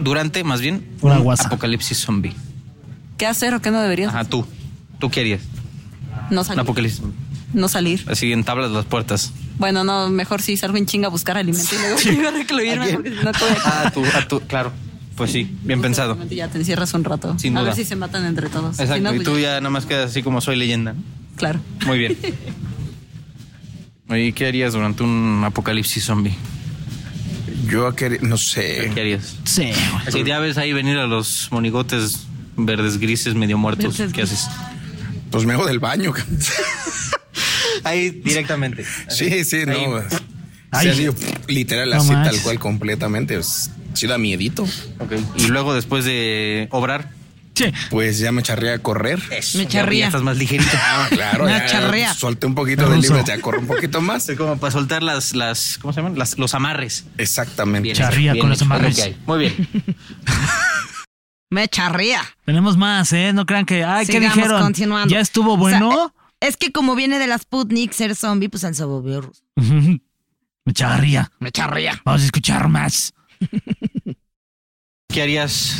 [SPEAKER 4] durante, más bien,
[SPEAKER 2] Una
[SPEAKER 4] un
[SPEAKER 2] guasa.
[SPEAKER 4] apocalipsis zombie?
[SPEAKER 8] ¿Qué hacer o qué no deberías?
[SPEAKER 4] Ajá, tú. ¿Tú qué harías?
[SPEAKER 8] No
[SPEAKER 4] Un
[SPEAKER 8] salir.
[SPEAKER 4] apocalipsis.
[SPEAKER 8] No salir.
[SPEAKER 4] Así entablas las puertas.
[SPEAKER 8] Bueno, no, mejor sí salgo en chinga a buscar alimento y luego voy a recluirme porque si no te voy a-
[SPEAKER 4] Ah, tú, ah, tú, claro. Pues sí, bien pensado.
[SPEAKER 8] Seguramente Ya te encierras un rato.
[SPEAKER 4] Sin
[SPEAKER 8] A
[SPEAKER 4] duda.
[SPEAKER 8] ver si se matan entre todos. Si
[SPEAKER 4] Exacto.
[SPEAKER 8] no,
[SPEAKER 4] Y
[SPEAKER 8] pues
[SPEAKER 4] tú ya nada más quedas así como soy leyenda. ¿no?
[SPEAKER 8] Claro.
[SPEAKER 4] Muy bien. Oye, ¿qué harías durante un apocalipsis zombie?
[SPEAKER 6] Yo no
[SPEAKER 4] ¿Qué
[SPEAKER 6] sé.
[SPEAKER 4] harías?
[SPEAKER 2] Sí.
[SPEAKER 4] Si ya ves ahí venir a los monigotes verdes grises medio muertos,
[SPEAKER 8] Verdes
[SPEAKER 4] ¿qué haces?
[SPEAKER 6] Pues me hago del baño.
[SPEAKER 4] Ahí directamente.
[SPEAKER 6] Sí, sí, no.
[SPEAKER 4] Ahí.
[SPEAKER 2] Ay.
[SPEAKER 6] Sí, así, literal,
[SPEAKER 2] No
[SPEAKER 6] así
[SPEAKER 2] manches.
[SPEAKER 6] tal cual completamente. Pues, sí da miedito.
[SPEAKER 4] Ok. Y luego después de obrar.
[SPEAKER 2] Sí.
[SPEAKER 6] Pues ya me charré a correr.
[SPEAKER 3] Me
[SPEAKER 4] Ya
[SPEAKER 3] charría.
[SPEAKER 4] estás más ligerito.
[SPEAKER 6] Ah, claro.
[SPEAKER 3] Me
[SPEAKER 6] ya
[SPEAKER 3] charrea.
[SPEAKER 6] Solté un poquito de
[SPEAKER 2] Ruso.
[SPEAKER 6] libros, ya corro un poquito más.
[SPEAKER 4] Es como para soltar las, las ¿cómo se llaman? Las, los amarres.
[SPEAKER 6] Exactamente.
[SPEAKER 2] Charría con los
[SPEAKER 4] hecho, es lo
[SPEAKER 2] amarres.
[SPEAKER 4] que hay. Muy bien.
[SPEAKER 3] Me charría.
[SPEAKER 2] Tenemos más, ¿eh? No crean que. Ay, ¿qué
[SPEAKER 3] Sigamos
[SPEAKER 2] dijeron?
[SPEAKER 3] continuando.
[SPEAKER 2] ¿Ya estuvo
[SPEAKER 3] O sea,
[SPEAKER 2] bueno?
[SPEAKER 3] eh, es que como viene de las Sputnik ser zombie, pues al volvió ruso.
[SPEAKER 2] Ujú. Me charría.
[SPEAKER 3] Me charría.
[SPEAKER 2] Vamos a escuchar más.
[SPEAKER 4] ¿Qué harías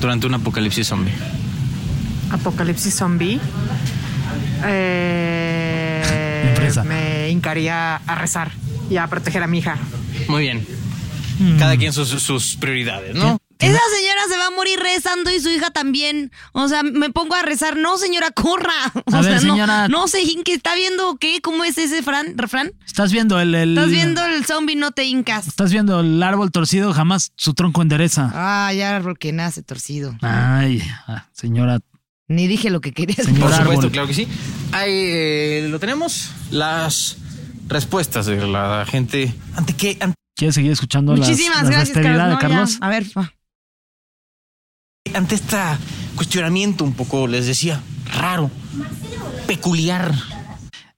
[SPEAKER 4] durante un apocalipsis zombie?
[SPEAKER 8] Apocalipsis zombie.
[SPEAKER 2] Impresa.
[SPEAKER 8] me hincaría a rezar y a proteger a mi hija.
[SPEAKER 4] Muy bien. Cada quien sus, sus prioridades, ¿no?
[SPEAKER 3] Esa señora se va a morir rezando y su hija también. O sea, me pongo a rezar. No, señora, corra. O
[SPEAKER 2] A
[SPEAKER 3] sea,
[SPEAKER 2] ver,
[SPEAKER 3] no-
[SPEAKER 2] señora.
[SPEAKER 3] No, sé, que está viendo qué, cómo es ese fran- refrán.
[SPEAKER 2] ¿Estás viendo el. el-
[SPEAKER 3] Estás viendo el zombie, no te hincas.
[SPEAKER 2] Estás viendo el árbol torcido, jamás su tronco endereza.
[SPEAKER 3] Ah, ya árbol que nace torcido.
[SPEAKER 2] Ay, ah, señora.
[SPEAKER 3] Ni dije lo que querías.
[SPEAKER 2] Señor.
[SPEAKER 4] Por
[SPEAKER 2] árbol.
[SPEAKER 4] supuesto, claro que sí. Ahí eh, lo tenemos. Las respuestas de la gente. ¿Ante qué? Ante,
[SPEAKER 2] ¿Quieres seguir escuchando las-
[SPEAKER 3] Muchísimas
[SPEAKER 2] las,
[SPEAKER 3] gracias,
[SPEAKER 2] austeridad
[SPEAKER 3] Carlos.
[SPEAKER 2] de Carlos?
[SPEAKER 3] A ver, fa.
[SPEAKER 4] ante este cuestionamiento un poco, les decía, raro, peculiar.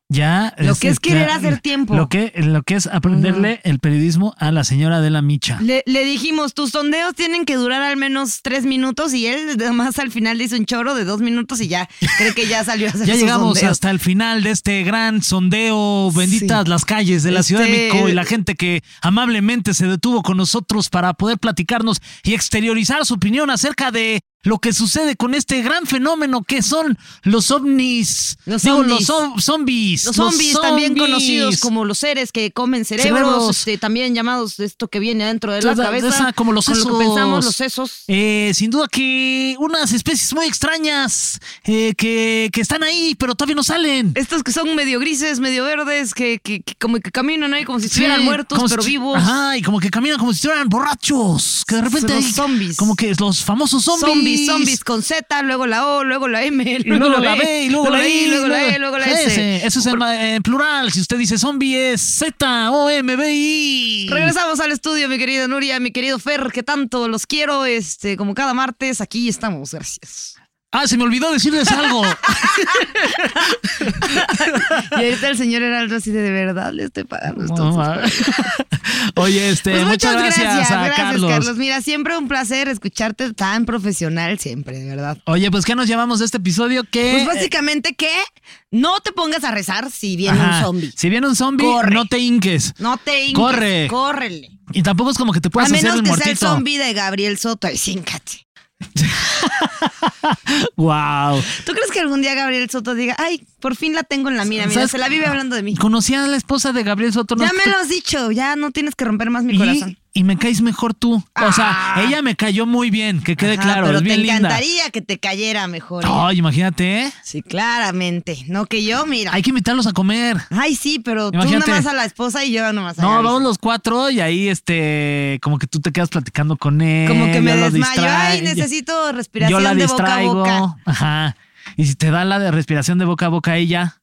[SPEAKER 2] Ya.
[SPEAKER 3] Lo que es querer
[SPEAKER 2] claro,
[SPEAKER 3] hacer tiempo. Mm.
[SPEAKER 2] Lo que, lo que es aprenderle el periodismo a la señora de la Micha.
[SPEAKER 3] Le, le dijimos, tus sondeos tienen que durar al menos tres minutos y él además al final dice un choro de dos minutos y ya cree que ya salió a hacer
[SPEAKER 2] Ya
[SPEAKER 3] sus
[SPEAKER 2] llegamos
[SPEAKER 3] sondeos.
[SPEAKER 2] hasta el final de este gran sondeo. Benditas las calles de la Ciudad de
[SPEAKER 3] Este-
[SPEAKER 2] México y la gente que amablemente se detuvo con nosotros para poder platicarnos y exteriorizar su opinión acerca de lo que sucede con este gran fenómeno que son los ovnis.
[SPEAKER 3] Los
[SPEAKER 2] Digo, los
[SPEAKER 3] zombies.
[SPEAKER 2] zo- zombies.
[SPEAKER 3] Los zombies, también
[SPEAKER 2] zombies.
[SPEAKER 3] conocidos como los seres que comen cerebros,
[SPEAKER 2] Cerebros.
[SPEAKER 3] este, también llamados de esto que viene dentro de la
[SPEAKER 2] Toda-
[SPEAKER 3] cabeza.
[SPEAKER 2] esa, como los
[SPEAKER 3] con
[SPEAKER 2] sesos.
[SPEAKER 3] Lo que pensamos los sesos.
[SPEAKER 2] Eh, sin duda que unas especies muy extrañas eh, que, que están ahí, pero todavía no salen.
[SPEAKER 3] Estos que son medio grises, medio verdes, que, que- que como que caminan ahí como si
[SPEAKER 2] Sí,
[SPEAKER 3] estuvieran muertos,
[SPEAKER 2] como si
[SPEAKER 3] pero
[SPEAKER 2] estu-
[SPEAKER 3] vivos.
[SPEAKER 2] Ajá, y como que caminan como si estuvieran borrachos. Que de repente.
[SPEAKER 3] Son los
[SPEAKER 2] hay-
[SPEAKER 3] zombies.
[SPEAKER 2] Como que los famosos zombies.
[SPEAKER 3] Zombies, zombies con Z, luego la O, luego la M,
[SPEAKER 2] Y luego, la
[SPEAKER 3] B,
[SPEAKER 2] B, y luego la I,
[SPEAKER 3] luego la E, luego la S.
[SPEAKER 2] Ese, Eso es en, ma- en plural. Si usted dice zombie, es Z-O-M-B-I.
[SPEAKER 3] Regresamos al estudio, mi querida Nuria, mi querido Fer, que tanto los quiero, este, como cada martes, aquí estamos, gracias.
[SPEAKER 2] Ah, se me olvidó decirles algo.
[SPEAKER 3] Ah, Y ahorita el señor Heraldo así de, "¿De verdad, le estoy pagando esto.
[SPEAKER 2] No, ma- Oye, este,
[SPEAKER 3] Pues
[SPEAKER 2] muchas, gracias, a
[SPEAKER 3] Carlos.
[SPEAKER 2] Carlos.
[SPEAKER 3] Mira, siempre un placer escucharte tan profesional, siempre, de verdad.
[SPEAKER 2] Oye, pues, ¿qué nos llamamos de este episodio? Que.
[SPEAKER 3] Pues básicamente que no te pongas a rezar si viene
[SPEAKER 2] Ajá.
[SPEAKER 3] un zombie.
[SPEAKER 2] Si viene un zombie,
[SPEAKER 3] Corre.
[SPEAKER 2] no te inques.
[SPEAKER 3] No te hinques,
[SPEAKER 2] Corre.
[SPEAKER 3] Córrele.
[SPEAKER 2] Y tampoco es como que te
[SPEAKER 3] A
[SPEAKER 2] puedas hacer
[SPEAKER 3] menos
[SPEAKER 2] el
[SPEAKER 3] que
[SPEAKER 2] muertito.
[SPEAKER 3] sea el zombie de Gabriel Soto, ay, cíncate.
[SPEAKER 2] Wow.
[SPEAKER 3] ¿Tú crees que algún día Gabriel Soto diga, ay, por fin la tengo en la mira, mira,
[SPEAKER 2] ¿Sabes?
[SPEAKER 3] se la vive hablando de mí?
[SPEAKER 2] Conocí a la esposa de Gabriel Soto. ¿no?
[SPEAKER 3] Ya me lo has dicho, ya no tienes que romper más mi corazón.
[SPEAKER 2] y, y me caes mejor tú. O sea,
[SPEAKER 3] Ah.
[SPEAKER 2] ella me cayó muy bien, que quede
[SPEAKER 3] Ajá,
[SPEAKER 2] claro.
[SPEAKER 3] pero
[SPEAKER 2] es bien
[SPEAKER 3] te
[SPEAKER 2] linda. Ay,
[SPEAKER 3] encantaría que te cayera mejor. ¿eh?
[SPEAKER 2] imagínate, ¿eh?
[SPEAKER 3] Sí, claramente. No que yo, mira.
[SPEAKER 2] Hay que invitarlos a comer.
[SPEAKER 3] Ay, sí, pero tú
[SPEAKER 2] Imagínate.
[SPEAKER 3] nada más a la esposa y yo nada más a
[SPEAKER 2] No,
[SPEAKER 3] Gaby.
[SPEAKER 2] vamos los cuatro y ahí, este, como que tú te quedas platicando con él.
[SPEAKER 3] Como que me
[SPEAKER 2] Eh, yo lo
[SPEAKER 3] desmayo. Ay,
[SPEAKER 2] distra-
[SPEAKER 3] necesito
[SPEAKER 2] Yo
[SPEAKER 3] respiración
[SPEAKER 2] la
[SPEAKER 3] de boca a
[SPEAKER 2] distraigo.
[SPEAKER 3] boca.
[SPEAKER 2] Ajá. Y si te da la de respiración de boca a boca a ella.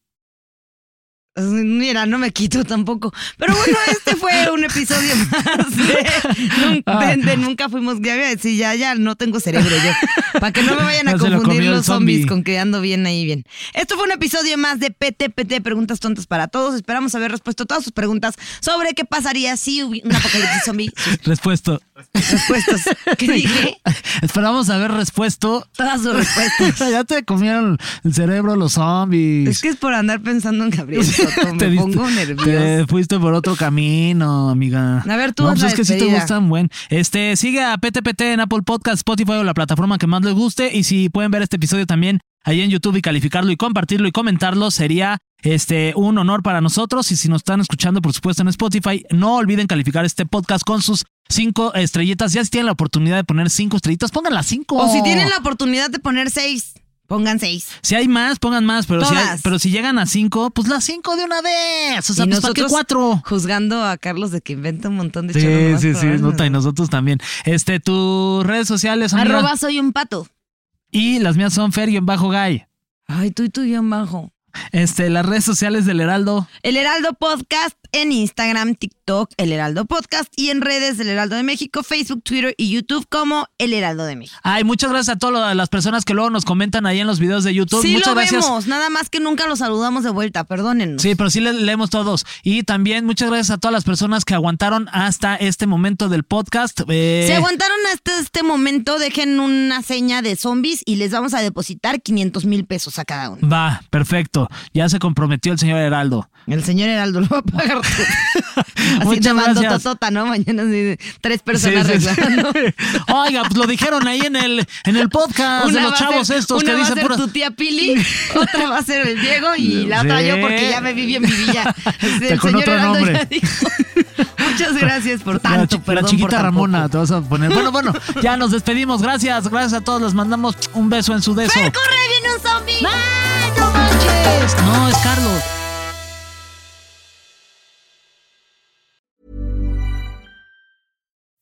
[SPEAKER 3] Mira, no me quito tampoco. Pero bueno, este fue un episodio más de, Nun-
[SPEAKER 2] Ah.
[SPEAKER 3] de- de Nunca Fuimos Ya, ya, Sí, ya, ya, no tengo cerebro yo. Para que no me vayan a
[SPEAKER 2] No se lo
[SPEAKER 3] confundir
[SPEAKER 2] comió el
[SPEAKER 3] los zombies
[SPEAKER 2] zombie.
[SPEAKER 3] con que ando bien ahí bien. Esto fue un episodio más de PTPT, Preguntas Tontas para Todos. Esperamos haber respuesto todas sus preguntas sobre qué pasaría si hubiera un apocalipsis zombie. Sus
[SPEAKER 2] Respuesto.
[SPEAKER 3] respuestas. ¿Qué dije?
[SPEAKER 2] Esperamos haber respuesto.
[SPEAKER 3] Todas sus respuestas.
[SPEAKER 2] ya te comieron el cerebro los zombies.
[SPEAKER 3] Es que es por andar pensando en Gabriel Soto. Me
[SPEAKER 2] diste-
[SPEAKER 3] pongo nervioso.
[SPEAKER 2] te fuiste por otro camino, amiga.
[SPEAKER 3] A ver, tú
[SPEAKER 2] No,
[SPEAKER 3] haz
[SPEAKER 2] pues
[SPEAKER 3] la
[SPEAKER 2] es que sí te
[SPEAKER 3] despedida.
[SPEAKER 2] gustan, buen. Este, sigue a PTPT en Apple Podcast, Spotify o la plataforma que más les guste. Y si pueden ver este episodio también ahí en YouTube y calificarlo y compartirlo y comentarlo, sería este un honor para nosotros. Y si nos están escuchando, por supuesto, en Spotify, no olviden calificar este podcast con sus cinco estrellitas. Ya si tienen la oportunidad de poner cinco estrellitas, pongan las cinco.
[SPEAKER 3] O si tienen la oportunidad de poner seis, pongan seis.
[SPEAKER 2] Si hay más, pongan más, pero si, hay-
[SPEAKER 3] Todas.
[SPEAKER 2] pero si llegan a cinco, pues las cinco de una vez. O sea,
[SPEAKER 3] Y
[SPEAKER 2] pues, ¿para qué
[SPEAKER 3] nosotros
[SPEAKER 2] cuatro?
[SPEAKER 3] Juzgando a Carlos de que inventa un montón de choro
[SPEAKER 2] Sí,
[SPEAKER 3] nomás
[SPEAKER 2] sí,
[SPEAKER 3] para
[SPEAKER 2] sí,
[SPEAKER 3] vernos.
[SPEAKER 2] nota y nosotros también. Este, tus redes sociales, amiga.
[SPEAKER 3] Arroba soy un pato.
[SPEAKER 2] Y las mías son Fer y en bajo Guy.
[SPEAKER 3] Ay, tú y tú bien bajo.
[SPEAKER 2] Este, las redes sociales del Heraldo.
[SPEAKER 3] El Heraldo Podcast en Instagram, TikTok, El Heraldo Podcast y en redes del Heraldo de México, Facebook, Twitter y YouTube como El Heraldo de México.
[SPEAKER 2] Ay, muchas gracias a todas las personas que luego nos comentan ahí en los videos de YouTube.
[SPEAKER 3] sí
[SPEAKER 2] muchas
[SPEAKER 3] lo
[SPEAKER 2] gracias.
[SPEAKER 3] vemos, nada más que nunca lo saludamos de vuelta, perdónennos.
[SPEAKER 2] Sí, eh. pero sí les leemos todos. Y también muchas gracias a todas las personas que aguantaron hasta este momento del podcast. Eh,
[SPEAKER 3] Si aguantaron hasta este momento, dejen una seña de zombies y les vamos a depositar 500 mil pesos a cada uno.
[SPEAKER 2] Va, perfecto. Ya se comprometió el señor Heraldo.
[SPEAKER 3] El señor Heraldo lo va a pagar todo. Así te
[SPEAKER 2] Muchas
[SPEAKER 3] mando
[SPEAKER 2] gracias.
[SPEAKER 3] totota, ¿no? Mañana así de tres personas
[SPEAKER 2] Sí, sí, sí.
[SPEAKER 3] reclamando.
[SPEAKER 2] Oiga, pues lo dijeron ahí en el, en el podcast de los
[SPEAKER 3] va a
[SPEAKER 2] chavos
[SPEAKER 3] ser-
[SPEAKER 2] estos
[SPEAKER 3] una
[SPEAKER 2] que
[SPEAKER 3] va a
[SPEAKER 2] dicen
[SPEAKER 3] ser
[SPEAKER 2] puras.
[SPEAKER 3] tu tía Pili, otra va a ser el Diego y la otra
[SPEAKER 2] Sí.
[SPEAKER 3] yo porque ya me vi bien vivilla.
[SPEAKER 2] Te- con otro nombre.
[SPEAKER 3] Muchas gracias por
[SPEAKER 2] La
[SPEAKER 3] tanto,
[SPEAKER 2] chi- la,
[SPEAKER 3] perdón por
[SPEAKER 2] chiquita
[SPEAKER 3] tan
[SPEAKER 2] Ramona,
[SPEAKER 3] poco".
[SPEAKER 2] te vas a poner. Bueno, bueno, ya nos despedimos. Gracias, gracias a todos. Les mandamos un beso en su beso.
[SPEAKER 3] ¡Fer, corre! ¡Viene un zombie! ¡Ay, no manches!
[SPEAKER 2] No, es Carlos.